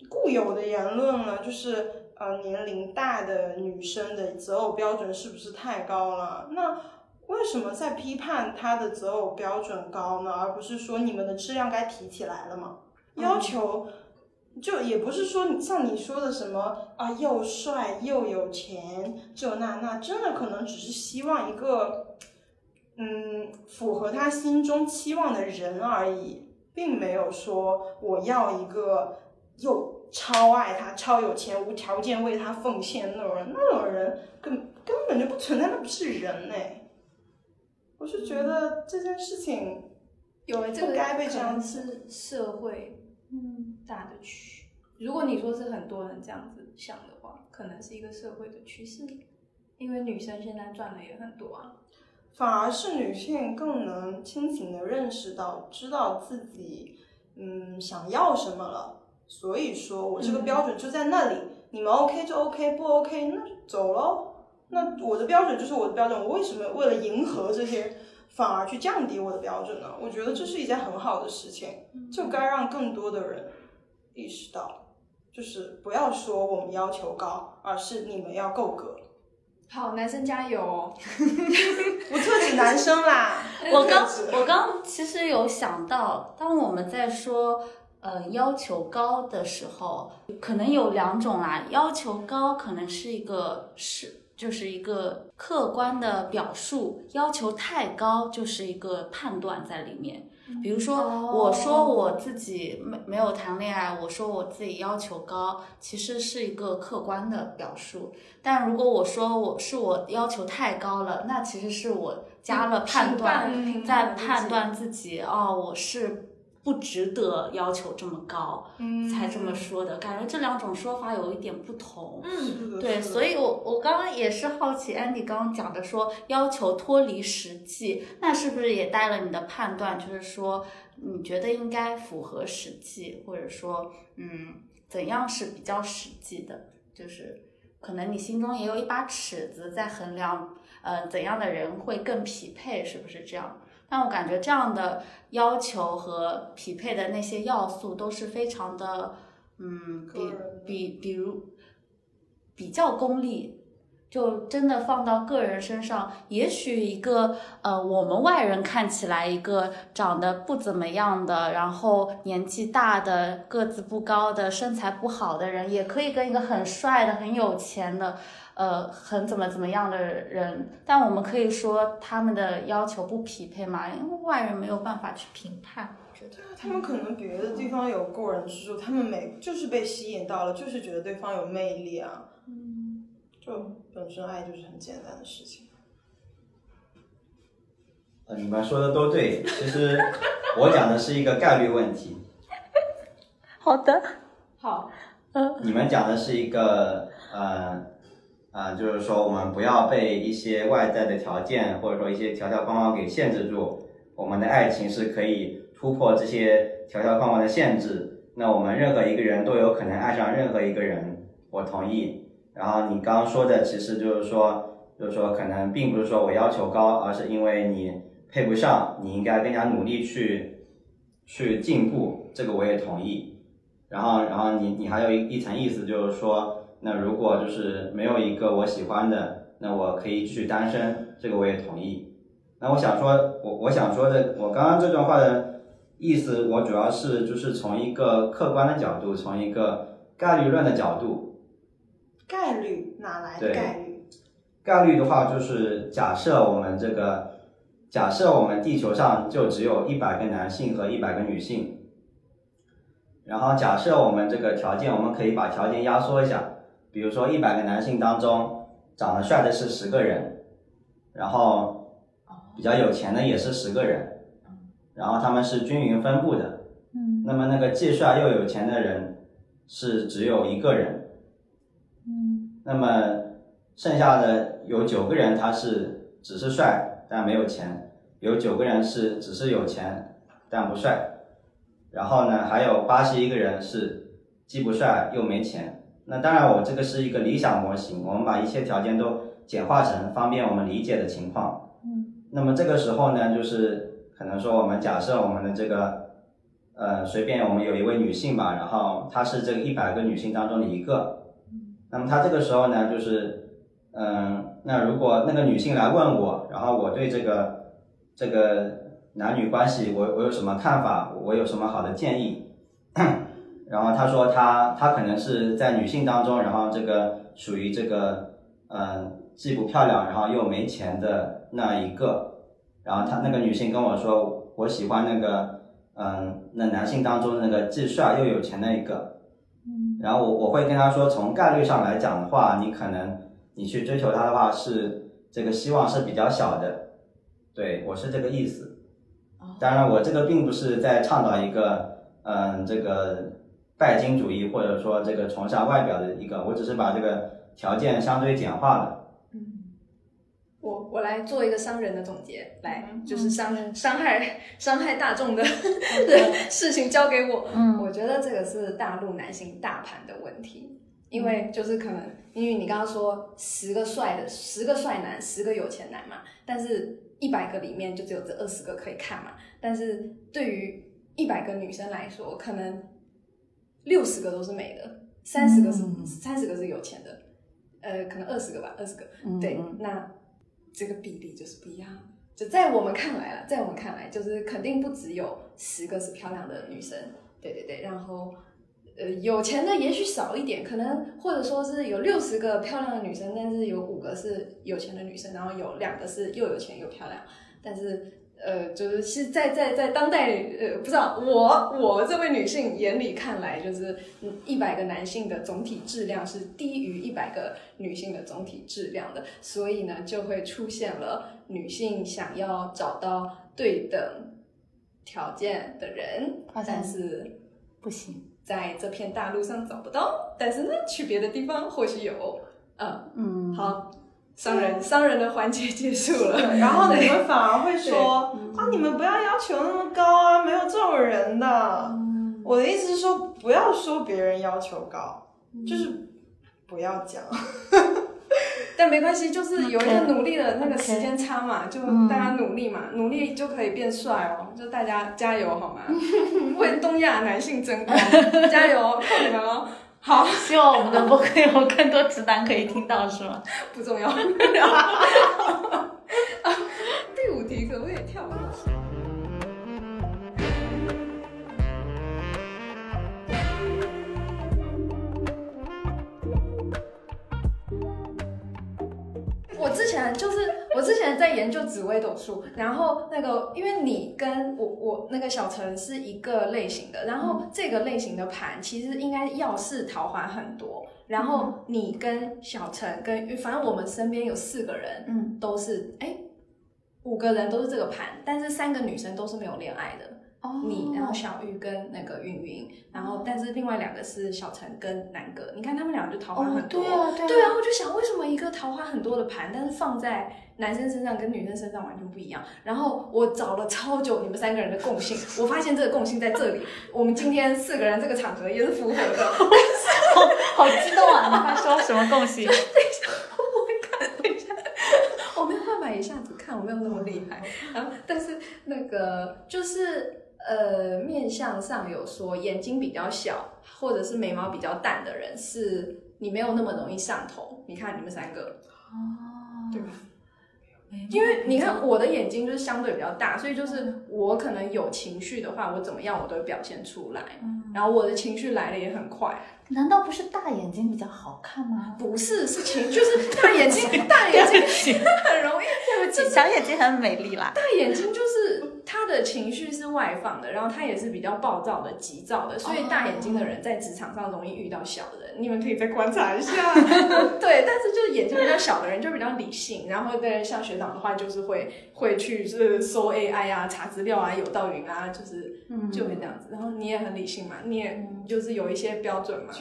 S3: 固有的言论了，就是呃年龄大的女生的择偶标准是不是太高了？那为什么在批判她的择偶标准高呢？而不是说你们的质量该提起来了吗？要求就也不是说像你说的什么啊，又帅又有钱，这那那，真的可能只是希望一个，嗯，符合他心中期望的人而已，并没有说我要一个又超爱他、超有钱、无条件为他奉献那种人，那种人根根本就不存在，那不是人哎、我是觉得这件事情，
S1: 有了这个
S3: 不该被这样
S1: 可能是社会
S2: 嗯，，
S1: 大的趋。如果你说是很多人这样子想的话，可能是一个社会的趋势，因为女生现在赚的也很多啊。
S3: 反而是女性更能清醒的认识到，知道自己嗯想要什么了。所以说我这个标准就在那里，你们 OK 就 OK，不 OK 那就走喽。那我的标准就是我的标准，我为什么为了迎合这些，反而去降低我的标准呢？我觉得这是一件很好的事情，就该让更多的人意识到，就是不要说我们要求高，而是你们要够格。
S1: 好，男生加油哦！
S3: 我特指男生啦
S2: 我
S3: 特
S2: 刚
S3: 指
S2: 我刚其实有想到，当我们在说呃要求高的时候，可能有两种啦。要求高可能是一个是就是一个客观的表述，要求太高就是一个判断在里面。比如说，
S1: 哦
S2: 我说我自己没没有谈恋爱，我说我自己要求高，其实是一个客观的表述。但如果我说我是我要求太高了，那其实是我加了判断，
S1: 评
S2: 在
S1: 判评
S2: 判
S1: 断
S2: 断自己哦，我是不值得要求这么高、
S3: 嗯
S2: 才这么说的，感觉这两种说法有一点不同。
S1: 自己。
S3: 是的
S2: 嗯对，
S3: 是的
S2: 所以我我刚刚也是好奇，Andy 刚刚讲的说要求脱离实际，那是不是也带了你的判断？就是说，你觉得应该符合实际，或者说，嗯，怎样是比较实际的？就是可能你心中也有一把尺子在衡量，呃，怎样的人会更匹配，是不是这样？但我感觉这样的要求和匹配的那些要素都是非常的，嗯，
S3: 个
S2: 比
S3: 人的
S2: 比比如比较功利。就真的放到个人身上，也许一个呃，我们外人看起来一个长得不怎么样的，然后年纪大的、个子不高的、身材不好的人，也可以跟一个很帅的、很有钱的，呃很怎么怎么样的人，但我们可以说他们的要求不匹配嘛，因为外人没有办法去评判，我觉得。
S3: 他们可能别的地方有过人之处，他们没就是被吸引到了，就是觉得对方有魅力啊。就本身爱就是很简单的事情。
S4: 呃，你们说的都对，其实我讲的是一个概率问题，
S2: 好的，
S1: 好，
S4: 你们讲的是一个呃呃，就是说我们不要被一些外在的条件或者说一些条条框框给限制住，我们的爱情是可以突破这些条条框框的限制。那我们任何一个人都有可能爱上任何一个人，我同意。然后你刚刚说的其实就是说，就是说可能并不是说我要求高，而是因为你配不上，你应该更加努力去去进步。这个我也同意。然后，然后你你还有一一层意思，就是说，那如果就是没有一个我喜欢的，那我可以继续单身，这个我也同意。那我想说，我我想说的，我刚刚这段话的意思，我主要是就是从一个客观的角度，从一个概率论的角度。
S3: 概率哪来的
S4: 对
S3: 概率？
S4: 概率的话，就是假设我们这个，假设我们地球上就只有一百个男性和一百个女性，然后假设我们这个条件，我们可以把条件压缩一下，比如说一百个男性当中，长得帅的是十个人，然后比较有钱的也是十个人，然后他们是均匀分布的。
S2: 嗯
S4: 那么那个既帅又有钱的人是只有一个人，
S2: 嗯
S4: 那么剩下的有九个人他是只是帅但没有钱，有九个人是只是有钱但不帅，然后呢还有八十一个人是既不帅又没钱。那当然，我这个是一个理想模型，我们把一切条件都简化成方便我们理解的情况。
S2: 嗯
S4: 那么这个时候呢，就是可能说我们假设我们的这个，呃，随便我们有一位女性吧，然后她是这个一百个女性当中的一个，那么她这个时候呢，就是，嗯，那如果那个女性来问我，然后我对这个这个男女关系我我有什么看法，我有什么好的建议， *clears throat* 然后他说他他可能是在女性当中，然后这个属于这个嗯既不漂亮，然后又没钱的那一个。然后他那个女性跟我说，我喜欢那个嗯那男性当中那个既帅又有钱那一个。然后我我会跟他说，从概率上来讲的话，你可能你去追求他的话是这个希望是比较小的，对我是这个意思。当然，我这个并不是在倡导一个嗯这个拜金主义，或者说这个崇尚外表的一个，我只是把这个条件相对简化了。
S1: 嗯，我我来做一个商人的总结，来就是伤伤害伤害大众的事情交给我。
S2: 嗯
S1: 我觉得这个是大陆男性大盘的问题，因为
S2: 嗯
S1: 就是可能因为你刚刚说十个帅的十个帅男，十个有钱男嘛，但是一百个里面就只有这二十个可以看嘛，但是对于一百个女生来说，可能六十个都是美的，三十个是
S2: 嗯
S1: 三十、个是有钱的，呃，可能二十个吧，二十个，
S2: 嗯
S1: 对，
S2: 嗯
S1: 那这个比例就是不一样。就在我们看来了，在我们看来，就是肯定不只有十个是漂亮的女生，对对对，然后。呃，有钱的也许少一点，可能或者说是有六十个漂亮的女生，但是有五个是有钱的女生，然后有两个是又有钱又漂亮，但是呃，就是是在在在当代呃，不知道我我这位女性眼里看来，就是嗯一百个男性的总体质量是低于一百个女性的总体质量的，所以呢，就会出现了女性想要找到对等条件的人，
S2: 好像
S1: 但是
S2: 不行，
S1: 在这片大陆上找不到，但是呢，去别的地方或许有。嗯，
S2: 嗯，
S1: 好，商人商人的环节结束了，
S3: 对然后你
S1: *laughs* 对
S3: 们反而会说啊，你们不要要求那么高啊，没有这种人的。我的意思是说，不要说别人要求高，就是不要讲。
S1: 但没关系，就是有一个
S2: OK
S1: 努力的那个时间差嘛就大家努力嘛，努力就可以变帅哦，就大家加油好吗？为东亚男性争光，加油哦，靠你们哦！好，
S2: 希望我们的播客有更多直男可以听到，是吗？
S1: 不重要。 *laughs* 啊第五题可不可以跳过？我之前就是我之前在研究紫微斗数，然后那个因为你跟我我那个小陈是一个类型的，然后这个类型的盘其实应该要是桃花很多，然
S2: 嗯
S1: 后你跟小陈跟反正我们身边有四个人
S2: 嗯，
S1: 都是哎五个人都是这个盘，但是三个女生都是没有恋爱的，
S2: 哦
S1: 你，然后小玉跟那个云云，然后但是另外两个是小陈跟南哥，你看他们俩就桃花
S2: 哦
S1: 很，多。
S2: 对啊，对啊，
S1: 对啊，我就想为什么一个桃花很多的盘，但是放在男生身上跟女生身上完全不一样。然后我找了超久你们三个人的共性，我发现这个共性在这里。我们今天四个人这个场合也是符合的。
S2: 好激动啊！他说什么共性？
S1: *laughs* 我没有办法一下子看，我没有那么
S3: *laughs*
S1: 厉害。然后，但是那个就是呃，面相上有说眼睛比较小，或者是眉毛比较淡的人，是你没有那么容易上头。你看你们三个，对吧？因为你看我的眼睛就是相对比较大，所以就是我可能有情绪的话，我怎么样我都会表现出来。然后我的情绪来的也很快，
S2: *laughs* 难道不是大眼睛比较好看吗？
S1: 不是是情，就是大眼睛，大眼睛 *laughs* 很容易，
S2: *laughs* 这小眼睛很美丽啦。
S1: 大眼睛就是他的情绪是外放的，然后他也是比较暴躁的、急躁的，所以大眼睛的人在职场上容易遇到小人。你们可以再观察一下。对，但是就是眼睛比较小的人就比较理性，然后对像学长的话就是会会去就是搜 AI 啊、查资料啊、有道云啊，就是
S2: 嗯
S1: 就会这样子。然后你也很理性嘛，你也就是有一些标准嘛。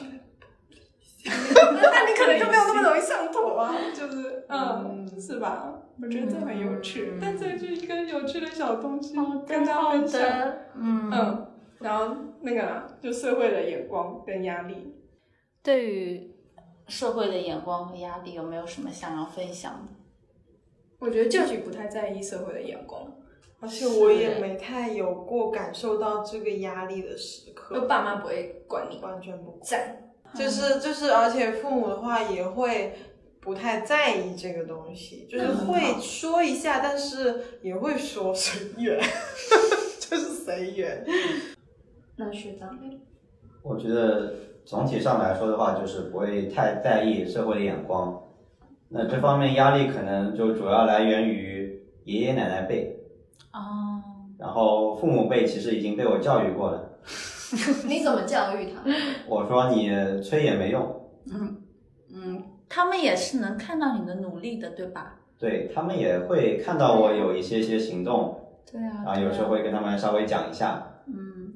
S1: 那那你可能就没有那么容易上头啊，就是嗯，是吧？嗯我觉得这很有趣，但这就是一个有趣的小东西，跟大家分享。，
S2: 嗯，
S1: 嗯，然后那个啦就社会的眼光跟压力，
S2: 对于社会的眼光和压力，有没有什么想要分享的？
S1: 我觉得教育不太在意社会的眼光。
S3: 而且我也没太有过感受到这个压力的时刻，
S1: 我爸妈不会管你，
S3: 完全不
S1: 赞。
S3: 就是就是，而且父母的话也会不太在意这个东西，就是会说一下，但是也会说 *laughs* 随缘，就是随缘。
S1: 那学长，
S4: 我觉得总体上来说的话，就是不会太在意社会的眼光。那这方面压力可能就主要来源于爷爷奶奶辈，
S2: 哦，
S4: 然后父母辈其实已经被我教育过了。
S1: *laughs* 你怎么教育他？
S4: 我说你催也没用，
S2: 嗯，他们也是能看到你的努力的，对吧？
S4: 对他们也会看到我有一些些行动，
S2: 对
S1: 嗯
S2: 啊
S4: 然后有时候，会跟他们稍微讲一下。
S2: 嗯，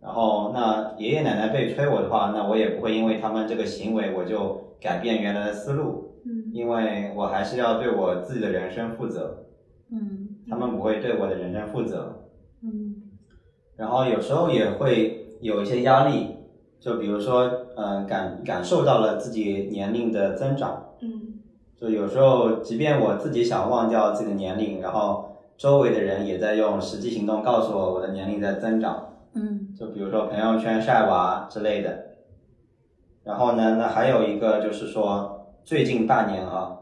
S4: 然后那爷爷奶奶被催我的话，那我也不会因为他们这个行为我就改变原来的思路，
S1: 嗯
S4: 因为我还是要对我自己的人生负责，
S2: 嗯，
S4: 他们不会对我的人生负责。
S2: 嗯，
S4: 然后有时候也会有一些压力，就比如说，嗯、感感受到了自己年龄的增长，
S1: 嗯
S4: 就有时候即便我自己想忘掉自己的年龄，然后周围的人也在用实际行动告诉我我的年龄在增长。
S2: 嗯，
S4: 就比如说朋友圈晒娃之类的。然后呢，那还有一个就是说，最近半年啊，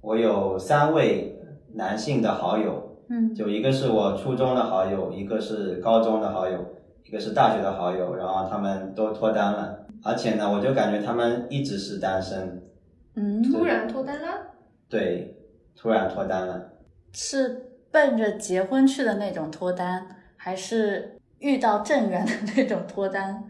S4: 我有三位男性的好友，
S2: 嗯，
S4: 就一个是我初中的好友，一个是高中的好友，一个是大学的好友，然后他们都脱单了，而且呢，我就感觉他们一直是单身，
S2: 嗯，
S1: 突然脱单了？
S4: 对，突然脱单了。
S2: 是奔着结婚去的那种脱单，还是遇到正缘的那种脱单？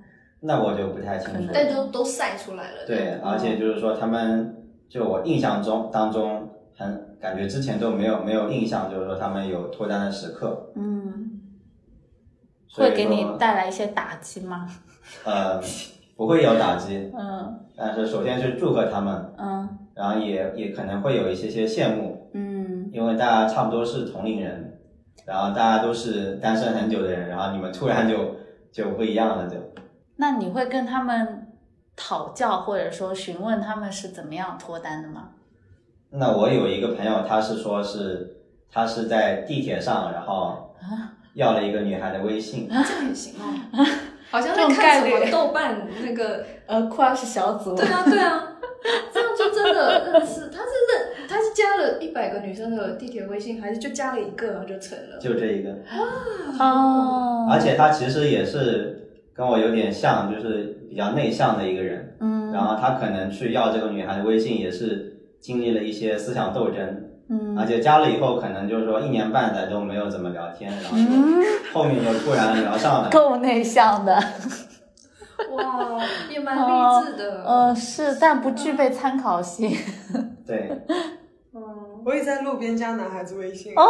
S4: 那我就不太清楚
S2: 可能
S4: 了。
S1: 但都都晒出来了。
S4: 对，而且就是说他们，就我印象中当中很感觉之前都没有没有印象，就是说他们有脱单的时刻，
S2: 嗯，
S4: 所以
S2: 会给
S4: 说
S2: 你带来一些打击吗？
S4: 呃不会有打击，
S2: 嗯
S4: 但是首先是祝贺他们，
S2: 嗯
S4: 然后也也可能会有一些些羡慕，
S2: 嗯，
S4: 因为大家差不多是同龄人，然后大家都是单身很久的人，然后你们突然就就不一样了就。
S2: 那你会跟他们讨教，或者说询问他们是怎么样脱单的吗？
S4: 那我有一个朋友，他是说是他是在地铁上，然后要了一个女孩的微信。
S1: 这样也行哦。 *laughs* 好像
S2: 这
S1: 在
S2: 种
S1: 看什
S2: 概率
S1: 么豆瓣那个，
S2: 呃，crush 小组
S1: 对啊对啊， *laughs* 这样就真的那是他真的他是加了一百个女生的地铁微信，还是就加了一个然后就成了？
S4: 就这一个，
S2: *laughs* 哦，
S4: 而且他其实也是跟我有点像，就是比较内向的一个人。
S2: 嗯，
S4: 然后他可能去要这个女孩的微信，也是经历了一些思想斗争，
S2: 嗯，
S4: 而且加了以后，可能就是说一年半载都没有怎么聊天，然后就后面就突然聊上了。
S2: 嗯够内向的，
S1: 哇，也蛮励志的。
S2: 呃，是，但不具备参考性。 *laughs*
S4: 对，
S1: 嗯，
S3: 我也在路边加男孩子微信，哦、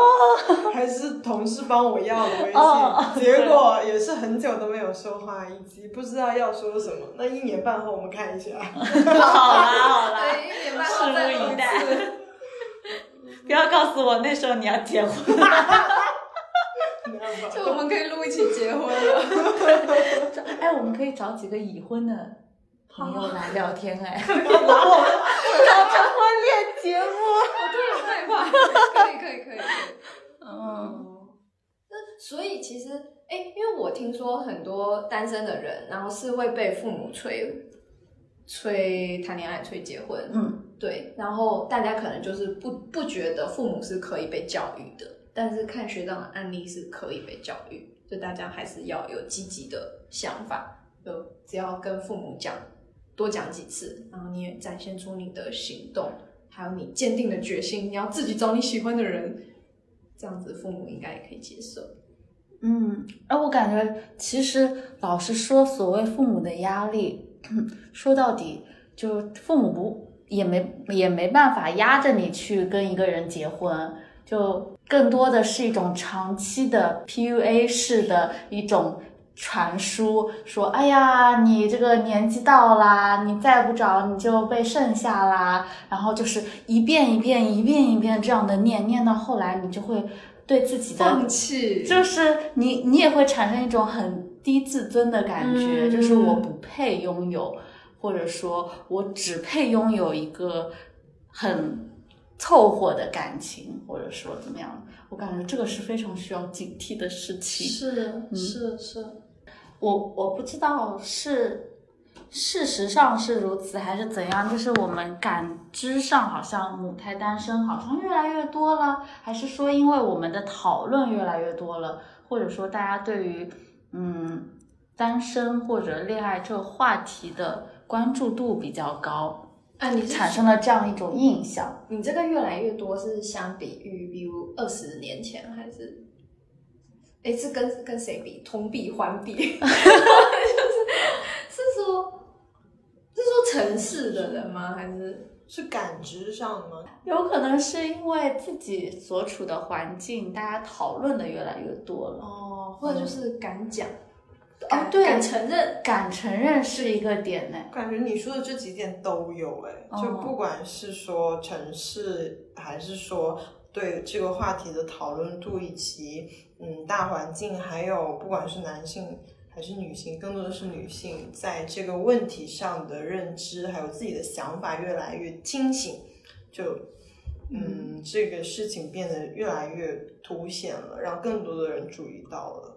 S3: 还是同事帮我要的微信，
S2: 哦
S3: 结果也是很久都没有说话，以及不知道要说什么。那一年半后我们看一下，
S2: 好啦好啦，
S1: 对，一年半后再录一次。
S2: 待。 *laughs* 不要告诉我那时候你要结婚，
S3: 没办法
S1: *laughs* 就我们可以录一期结婚了，
S2: 哎，我们可以找几个已婚的朋友来聊天，哎，搞成婚恋节目。
S1: 我突然害怕。 *laughs* 可以可以可以可以。
S2: 嗯
S1: 那所以其实，哎，因为我听说很多单身的人，然后是会被父母催催谈恋爱、催结婚，
S2: 嗯，
S1: 对，然后大家可能就是不不觉得父母是可以被教育的，但是看学长的案例是可以被教育，就大家还是要有积极的想法，就只要跟父母讲，多讲几次，然后你也展现出你的行动，还有你坚定的决心，你要自己找你喜欢的人，这样子父母应该也可以接受。
S2: 嗯，哎，我感觉其实老实说，所谓父母的压力，嗯说到底就是父母不也没也没办法压着你去跟一个人结婚，就更多的是一种长期的 PUA 式的一种传输，说哎呀，你这个年纪到啦，你再不找你就被剩下啦，然后就是一遍一遍一遍一遍这样的念，念到后来你就会对自己的
S1: 放弃，
S2: 就是你，你也会产生一种很低自尊的感觉，
S1: 嗯
S2: 就是我不配拥有，或者说我只配拥有一个很凑合的感情，或者说怎么样？我感觉这个是非常需要警惕的事情。
S1: 是
S2: 嗯
S1: 是是，
S2: 我我不知道是事实上是如此还是怎样，就是我们感知上好像母胎单身好像越来越多了，还是说因为我们的讨论越来越多了，或者说大家对于嗯。单身或者恋爱这个话题的关注度比较高，
S1: 啊，你是
S2: 产生了这样一种印象。
S1: 你这个越来越多是相比于，比如二十年前还是，哎，是跟跟谁比？同比环
S2: *laughs*
S1: 比，就是是说是说城市的人吗？还是
S3: 是感知上吗？
S2: 有可能是因为自己所处的环境，大家讨论的越来越多了。
S1: 哦，或者就是敢讲，
S2: 啊
S1: 敢，
S2: 对，
S1: 敢承认，
S2: 敢承认是一个点呢。
S3: 感觉你说的这几点都有哎、
S2: 哦
S3: 就不管是说城市，还是说对这个话题的讨论度，以及嗯大环境，还有不管是男性还是女性，更多的是女性在这个问题上的认知，还有自己的想法越来越清醒，就嗯这个事情变得越来越凸显了，让更多的人注意到了，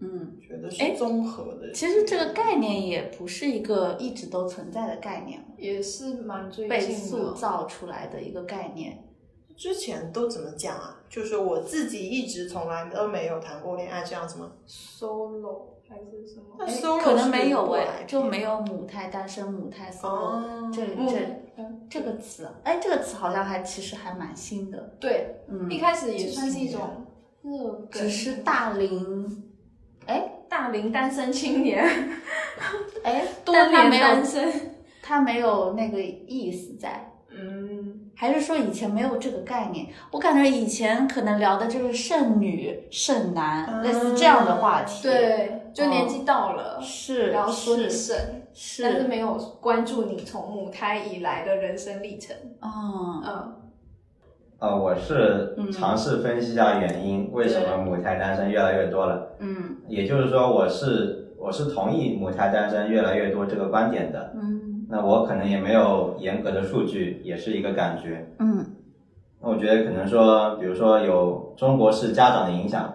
S2: 嗯，
S3: 觉得
S2: 哎
S3: 是综合的。
S2: 其实这个概念也不是一个一直都存在的概念，
S1: 也是蛮最
S2: 被
S1: 近
S2: 塑
S1: 的。
S2: 造出来的一个概念。
S3: 之前都怎么讲啊？就是我自己一直从来都没有谈过恋爱这样子吗？
S1: solo 还是嗯什么？
S3: 那
S1: 哎
S3: solo
S2: 可能没有
S3: 哎、
S2: 哎，就没有母胎单身、母胎 solo、
S3: 哦。
S2: 这
S1: 嗯
S2: 这
S1: 嗯
S2: 这个词，哎，这个词好像还其实还蛮新的，
S1: 对，
S2: 嗯
S1: 一，开始也算是一种热梗，
S2: 只是大龄，哎
S1: 大龄单身青年，
S2: 哎，
S1: 多
S2: 但他
S1: 年
S2: 没有
S1: 单身。
S2: 它没有那个意思在，
S1: 嗯，
S2: 还是说以前没有这个概念？我感觉以前可能聊的就是剩女、剩男，
S3: 啊
S2: 类似这样的话题。，
S1: 啊对，就年纪到了，
S2: 是，
S1: 然后说你
S2: 是
S1: 剩，
S2: 是，
S1: 但是没有关注你从母胎以来的人生历程。
S2: 嗯，
S1: 嗯，
S4: 呃，我是
S2: 嗯
S4: 尝试分析一下原因，为什么母胎单身越来越多了。
S2: 嗯
S4: 也就是说，我是我是同意母胎单身越来越多这个观点的。
S2: 嗯
S4: 那我可能也没有严格的数据，也是一个感觉。
S2: 嗯
S4: 那我觉得可能说，比如说有中国式家长的影响，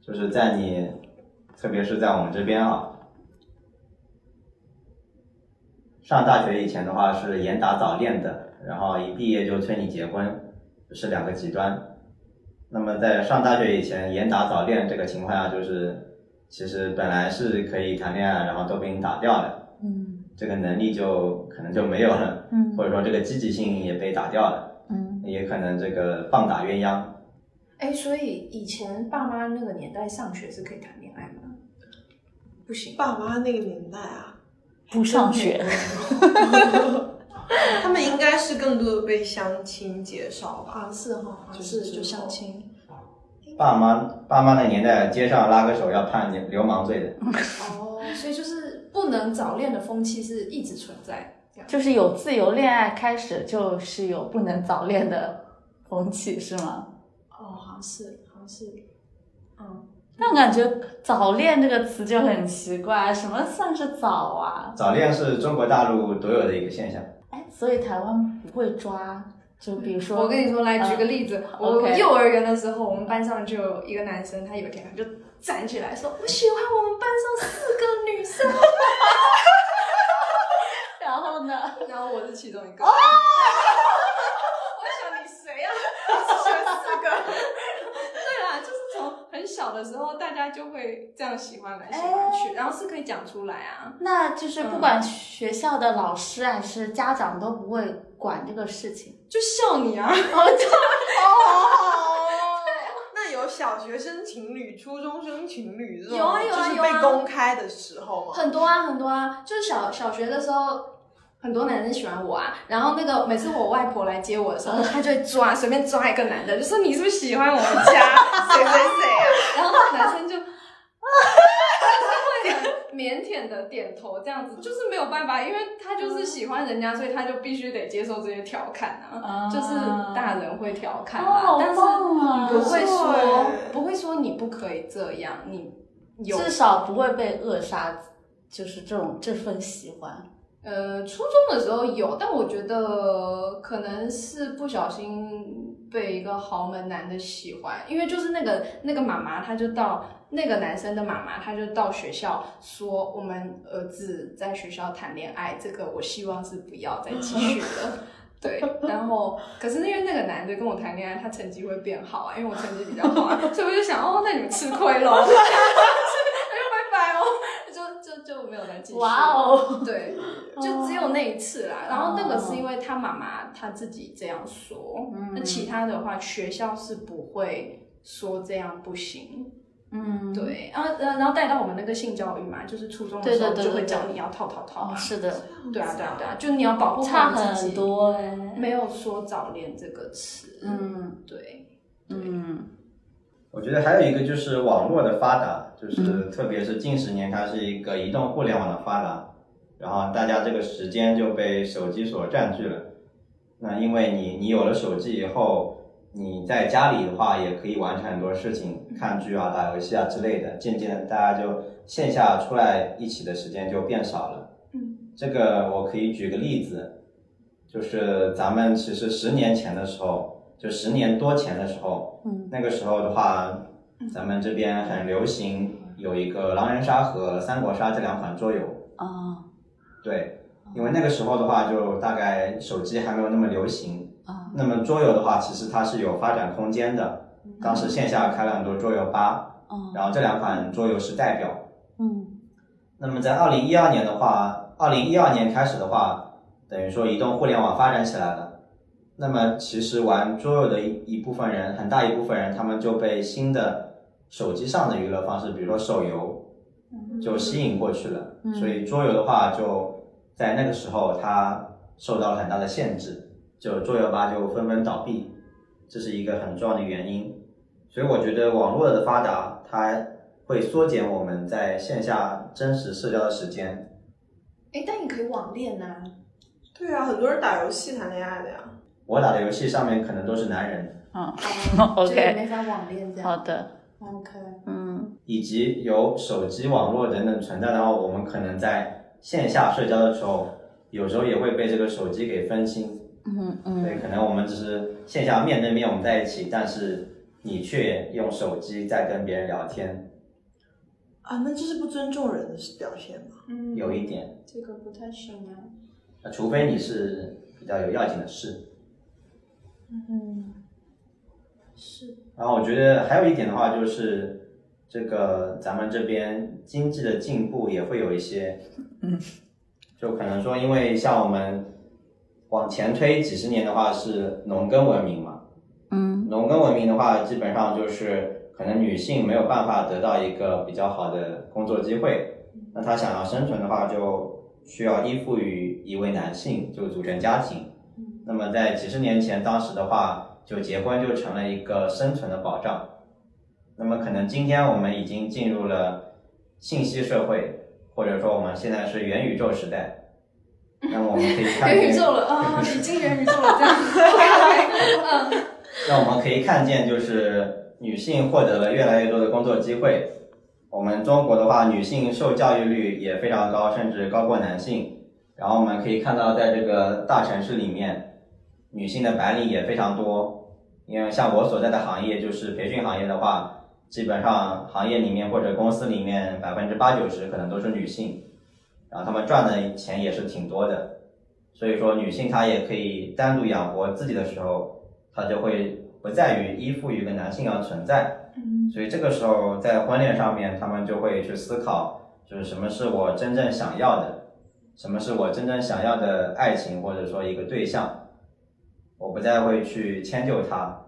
S4: 就是在你，特别是在我们这边啊，上大学以前的话是严打早恋的，然后一毕业就催你结婚，是两个极端。那么在上大学以前，严打早恋这个情况下，就是其实本来是可以谈恋爱，然后都被你打掉了，
S2: 嗯
S4: 这个能力就可能就没有了，
S2: 嗯
S4: 或者说这个积极性也被打掉了。
S2: 嗯，
S4: 也可能这个棒打鸳鸯，
S1: 哎，所以以前爸妈那个年代上学是可以谈恋爱吗？不行，
S3: 爸妈那个年代啊，
S2: 不上学，
S3: 他们应该是更多的被相亲介绍吧？
S1: 好像是哈，好像
S3: 就是
S1: 是
S3: 之
S1: 就相
S3: 后
S1: 亲。
S4: 爸妈爸妈那年代，街上拉个手要判流流氓罪的。
S1: 哦，所以就是不能早恋的风气是一直存在。这样
S2: 就是有自由恋爱开始，就是有不能早恋的风气，是吗？
S1: 哦，好像是，好像是，嗯，
S2: 但感觉“早恋”这个词就很奇怪，什么算是早啊？
S4: 早恋是中国大陆独有的一个现象。
S2: 哎，所以台湾不会抓，就比如说，
S1: 我跟你说，来举个例子，我
S2: OK
S1: 幼儿园的时候，我们班上就有一个男生，他有一天他就站起来说：“我喜欢我们班上四个女生。
S2: 然后呢？”
S1: *laughs* 然后我是其中一 *laughs* 个。我哦在想你谁 *laughs* 啊？我只喜欢四个。 *laughs* 对啦，就是从很小的时候，大家就会这样喜欢来喜欢去，然后是可以讲出来啊。
S2: 那就是不管学校的老师还是家长都不会管这个事情。
S1: 就笑你啊！ *laughs*
S3: 哦， *laughs* 那有小学生情侣、初中生情侣这种，
S1: 有啊有啊
S3: 就是
S1: 有啊
S3: 被公开的时候 *laughs* 嘛。
S1: 很多啊，很多啊，就是小小学的时候。很多男生喜欢我啊，然后那个每次我外婆来接我的时
S2: 嗯
S1: 候，她就会抓随便抓一个男的，就说你是不是喜欢我们
S2: *laughs*
S1: 家谁谁谁啊？然后那个男生就会很腼腆的点头，这样子就是没有办法，因为他就是喜欢人
S2: 嗯
S1: 家，所以他就必须得接受这些调侃啊，就是大人会调侃啊，
S2: 哦好
S1: 但
S2: 棒啊
S1: 是不会
S3: 不错
S1: 说
S3: 哎
S1: 不会说你不可以这样，你有
S2: 至少不会被扼杀，就是这种这份喜欢。
S1: 呃，初中的时候有，但我觉得可能是不小心被一个豪门男的喜欢，因为就是那个那个妈妈，她就到那个男生的妈妈，她就到学校说我们儿子在学校谈恋爱，这个我希望是不要再继续
S2: *laughs*
S1: 了。对，然后可是因为那个男的跟我谈恋爱，他成绩会变好啊，因为我成绩 *laughs* 比较好啊，所以我就想哦，那你们吃亏喽，那就拜拜哦，就了继续。
S2: 哇哦，
S1: 对， *laughs* 就只有那一次啦。然后那个是因为他妈妈她自己这样说，
S2: 嗯
S1: 那其他的话学校是不会说这样不行。
S2: 嗯，
S1: 对，然后呃然后然后带到我们那个性教育嘛，就是初中的
S2: 对
S1: 时候
S2: 对对
S1: 就会
S2: 对
S1: 教
S2: 对
S1: 你要套套套
S2: 哦，
S1: 啊，
S2: 是的，
S1: 对啊对啊对啊，就你要保护好
S2: 差
S1: 你自
S2: 很
S1: 己。
S2: 多哎、
S1: 没有说早恋这个词，，
S2: 嗯
S1: 对，
S2: 嗯
S4: 我觉得还有一个就是网络的发达，就是特别是近十年，它是一个移动互联网的发达，然后大家这个时间就被手机所占据了。那因为你你有了手机以后，你在家里的话也可以完成很多事情，看剧啊、打游戏啊之类的。渐渐的，大家就线下出来一起的时间就变少了。
S1: 嗯，
S4: 这个我可以举个例子，就是咱们其实十年前的时候，就十年多前的时候，
S2: 嗯
S4: 那个时候的话，咱们这边很流行有一个狼人杀和三国杀这两款桌游。
S2: 啊
S4: 对，因为那个时候的话，就大概手机还没有那么流行。
S2: 啊
S4: 那么桌游的话，其实它是有发展空间的。当时线下开了很多桌游吧，
S2: 啊，
S4: 然后这两款桌游是代表。
S2: 嗯
S4: 那么在二零一二年的话，二零一二年开始的话，等于说移动互联网发展起来了。那么其实玩桌游的一一部分人，很大一部分人，他们就被新的手机上的娱乐方式，比如说手游，就吸引过去了。
S2: 嗯
S4: 所以桌游的话，就在那个时候它受到了很大的限制，就桌游吧就纷纷倒闭，这是一个很重要的原因。所以我觉得网络的发达，它会缩减我们在线下真实社交的时间。
S1: 哎，但你可以网恋呐、 *laughs*
S6: 对啊，很多人打游戏谈恋爱的呀。
S4: 我打的游戏上面可能都是男人，
S2: 啊
S1: 就也
S2: ，OK，
S1: 没法网恋这样。
S2: 好的，
S1: OK，
S2: 嗯
S4: 以及有手机、网络等等存在的话，我们可能在线下社交的时候，有时候也会被这个手机给分心。
S2: 嗯
S4: 对，
S2: 嗯
S4: 可能我们只是线下面对面我们在一起，但是你却用手机在跟别人聊天，
S6: 啊，那这是不尊重人的表现吗？
S1: 嗯，
S4: 有一点，
S1: 这个不太行啊。
S4: 那除非你是比较有要紧的事。
S1: 嗯，是，
S4: 然后我觉得还有一点的话，就是这个咱们这边经济的进步也会有一些，
S2: 嗯，
S4: 就可能说，因为像我们往前推几十年的话是农耕文明嘛，
S2: 嗯
S4: 农耕文明的话，基本上就是可能女性没有办法得到一个比较好的工作机会，
S1: 嗯
S4: 那她想要生存的话，就需要依附于一位男性，就组成家庭。
S1: 嗯
S4: 那么在几十年前，当时的话，就结婚就成了一个生存的保障。那么可能今天我们已经进入了信息社会，或者说我们现在是元宇宙时代。那么我们可以看
S1: 元宇
S4: 见
S1: 宙了啊，已经元宇宙了这样。OK，嗯，
S4: 那我们可以看见，就是女性获得了越来越多的工作机会。我们中国的话，女性受教育率也非常高，甚至高过男性。然后我们可以看到，在这个大城市里面，女性的白领也非常多。因为像我所在的行业就是培训行业的话，基本上行业里面或者公司里面百分之八九十可能都是女性，然后她们赚的钱也是挺多的。所以说，女性她也可以单独养活自己的时候，它就会不在于依附于一个男性而存在。
S1: 嗯
S4: 所以这个时候在婚恋上面，他们就会去思考，就是什么是我真正想要的，什么是我真正想要的爱情或者说一个对象，我不再会去迁就他。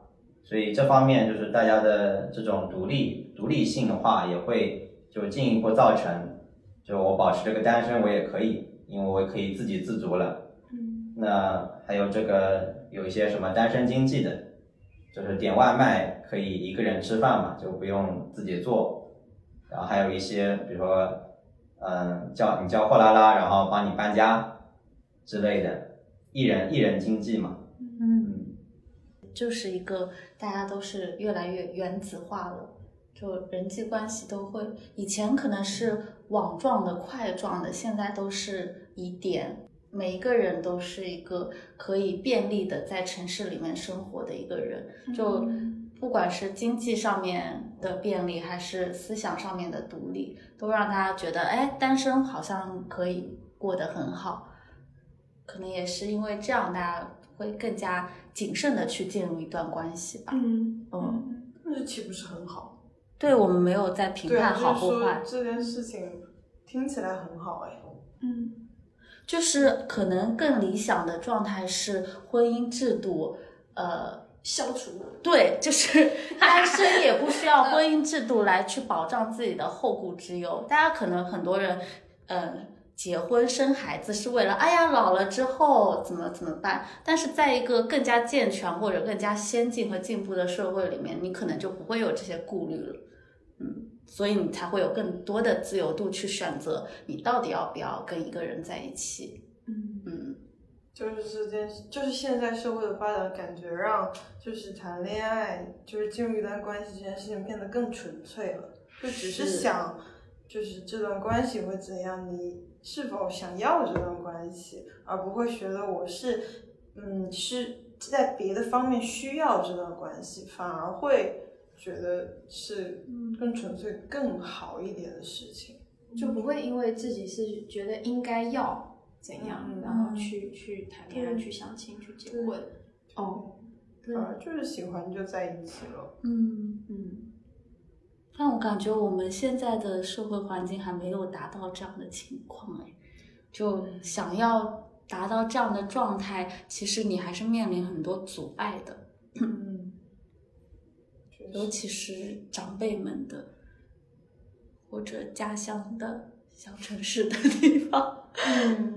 S4: 所以这方面就是大家的这种独立独立性的话，也会就进一步造成，就我保持这个单身我也可以，因为我可以自给自足了。
S1: 嗯
S4: 那还有这个有一些什么单身经济的，就是点外卖可以一个人吃饭嘛，就不用自己做。然后还有一些，比如说，嗯，叫你叫货拉拉，然后帮你搬家之类的，一人一人经济嘛。
S2: 嗯，
S4: 嗯，
S2: 就是一个大家都是越来越原子化了。就人际关系都会，以前可能是网状的、块状的，现在都是以点，每一个人都是一个可以便利的在城市里面生活的一个人。就不管是经济上面的便利，还是思想上面的独立，都让大家觉得，哎，单身好像可以过得很好。可能也是因为这样，大家会更加谨慎的去进入一段关系吧。
S1: 嗯
S2: 嗯，
S6: 那岂不是很好？
S2: 对我们没有在评
S6: 对啊，
S2: 判好
S6: 就是
S2: 或
S6: 说
S2: 坏。
S6: 这件事情
S3: 听起来很好哎。
S1: 嗯，
S2: 就是可能更理想的状态是婚姻制度，呃，
S1: 消除
S2: 对，就是单身也不需要婚姻制度来去保障自己的后顾之忧。大家可能很多人，嗯、结婚生孩子是为了，哎呀，老了之后怎么怎么办？但是在一个更加健全或者更加先进和进步的社会里面，你可能就不会有这些顾虑了，嗯，所以你才会有更多的自由度去选择你到底要不要跟一个人在一起，
S1: 嗯
S2: 嗯，
S3: 就是这件事，就是现在社会的发展，感觉让就是谈恋爱，就是进入一段关系这件事情变得更纯粹了，就只是
S2: 是
S3: 想，就是这段关系会怎样，你是否想要这段关系，而不会觉得我是，嗯，是在别的方面需要这段关系，反而会觉得是更纯粹、更好一点的事情。
S1: 就不会因为自己是觉得应该要怎样，
S3: 嗯
S1: 然后去去谈恋爱、
S3: 嗯
S1: 去相亲、去结婚。哦，
S2: 对
S3: 反而就是喜欢就在一起
S2: *clears throat*
S3: 了。
S2: 嗯。
S1: 嗯，
S2: 但我感觉我们现在的社会环境还没有达到这样的情况哎，就
S3: 嗯
S2: 想要达到这样的状态，其实你还是面临很多阻碍的，
S3: 嗯，确
S2: 尤
S3: 实
S2: 其是长辈们的，或者家乡的小城市的地方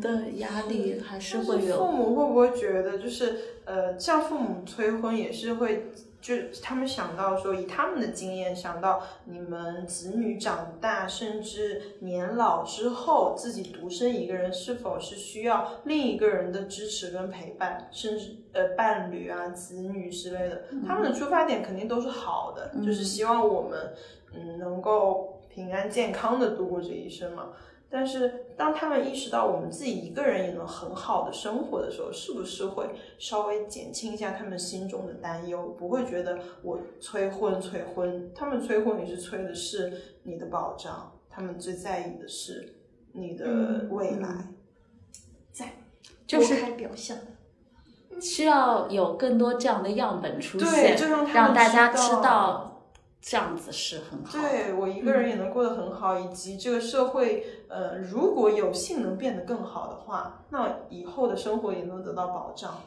S2: 的压力还是
S3: 嗯但
S2: 会
S3: 是父
S2: 有。
S3: 母会不会觉得就是呃，向父母催婚也是会，就是他们想到说，以他们的经验想到，你们子女长大甚至年老之后，自己独身一个人是否是需要另一个人的支持跟陪伴，甚至呃伴侣啊、子女之类的，他们的出发点肯定都是好的，
S2: 嗯
S3: 就是希望我们嗯能够平安健康的度过这一生嘛。但是当他们意识到我们自己一个人也能很好的生活的时候，是不是会稍微减轻一下他们心中的担忧？不会觉得我催婚催婚，他们催婚也是催的是你的保障，他们最在意的是你的
S1: 嗯
S3: 未来。
S2: 就是
S1: 拨开表象。
S2: 需要有更多这样的样本出
S3: 对
S2: 现，
S3: 就让他们
S2: 让大家
S3: 知
S2: 知
S3: 道
S2: 道这样子是很好的。
S3: 对我一个
S1: 嗯
S3: 人也能过得很好，以及这个社会，呃，如果有幸能变得更好的话，那以后的生活也能得到保障。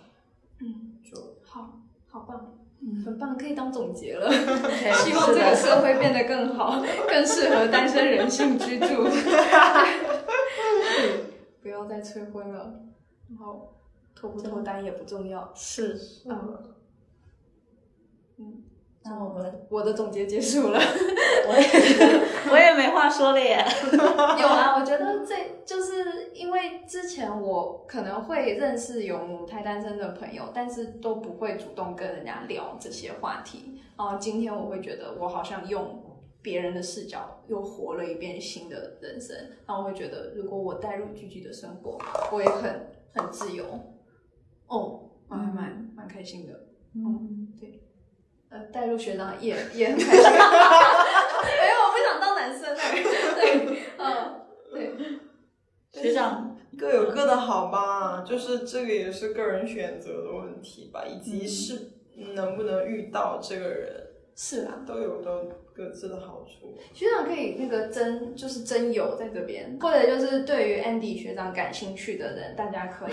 S1: 嗯，
S3: 就
S1: 好，好棒，
S2: 嗯
S1: 很棒，可以当总结 *laughs* 了。
S2: 对
S1: 希望
S2: 是
S1: 这
S2: 的
S1: 个社会变得更 *laughs* 好，更适合单身人性居住。对不要再催婚了，然后脱不脱单也不重要。
S2: 是。
S1: 嗯，嗯，
S2: 那我们
S1: 我的总结结束了。
S2: 我也我也没话说了耶。
S1: *laughs* 有啊，我觉得这就是因为之前我可能会认识有母胎单身的朋友，但是都不会主动跟人家聊这些话题。然后今天我会觉得我好像用别人的视角又活了一遍新的人生，然后我会觉得如果我带入居居的生活，我也很很自由。哦，我还蛮蛮开心的。嗯，对。呃，带入学长也也很开心。 *laughs* 没有，我不想当男 *laughs* 生哎。对，嗯，对，
S2: 学长，
S3: 各有各的好吧，就是这个也是个人选择的问题吧，以及是能不能遇到这个人，
S1: 是啦。
S3: 都有都各自的好处。
S1: 学长可以那个征，就是征友在这边，或者就是对于 Andy 学长感兴趣的人，大家可以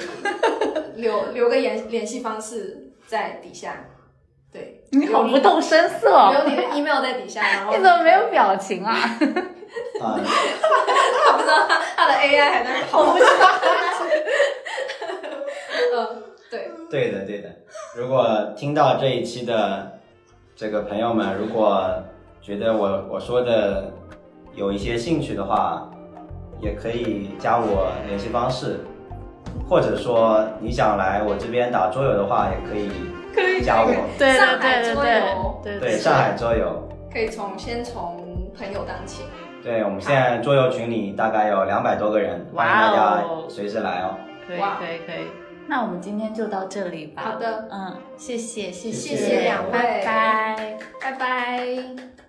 S1: *laughs* 留留个联联系方式在底下。对，
S2: 你好不动声色哦，
S1: 留你的 email 在底下，然后
S2: *laughs* 你怎么没有表情啊？
S4: 啊、
S1: 他不知道他他的 AI 还在跑，我不知道。嗯，对，
S4: 对的对的。如果听到这一期的这个朋友们，如果觉得我我说的有一些兴趣的话，也可以加我联系方式，或者说你想来我这边打桌游的话，也可以
S3: 可以
S4: 加我。
S2: 对
S1: 上
S2: 对
S1: 海
S2: 对
S1: 桌
S2: 对
S4: 对，上海桌游。
S1: 可以从先从朋友当起。
S4: 对，我们现在桌游群里大概有两百多个人，欢迎大
S2: 哇
S4: 家
S2: 哦
S4: 随时来哦。
S2: 可以
S1: 哇
S2: 可以可以。那我们今天就到这里吧。
S1: 好的，
S2: 嗯，谢谢谢
S4: 谢
S1: 谢
S2: 谢
S1: 两位
S2: 拜拜。
S1: 拜拜。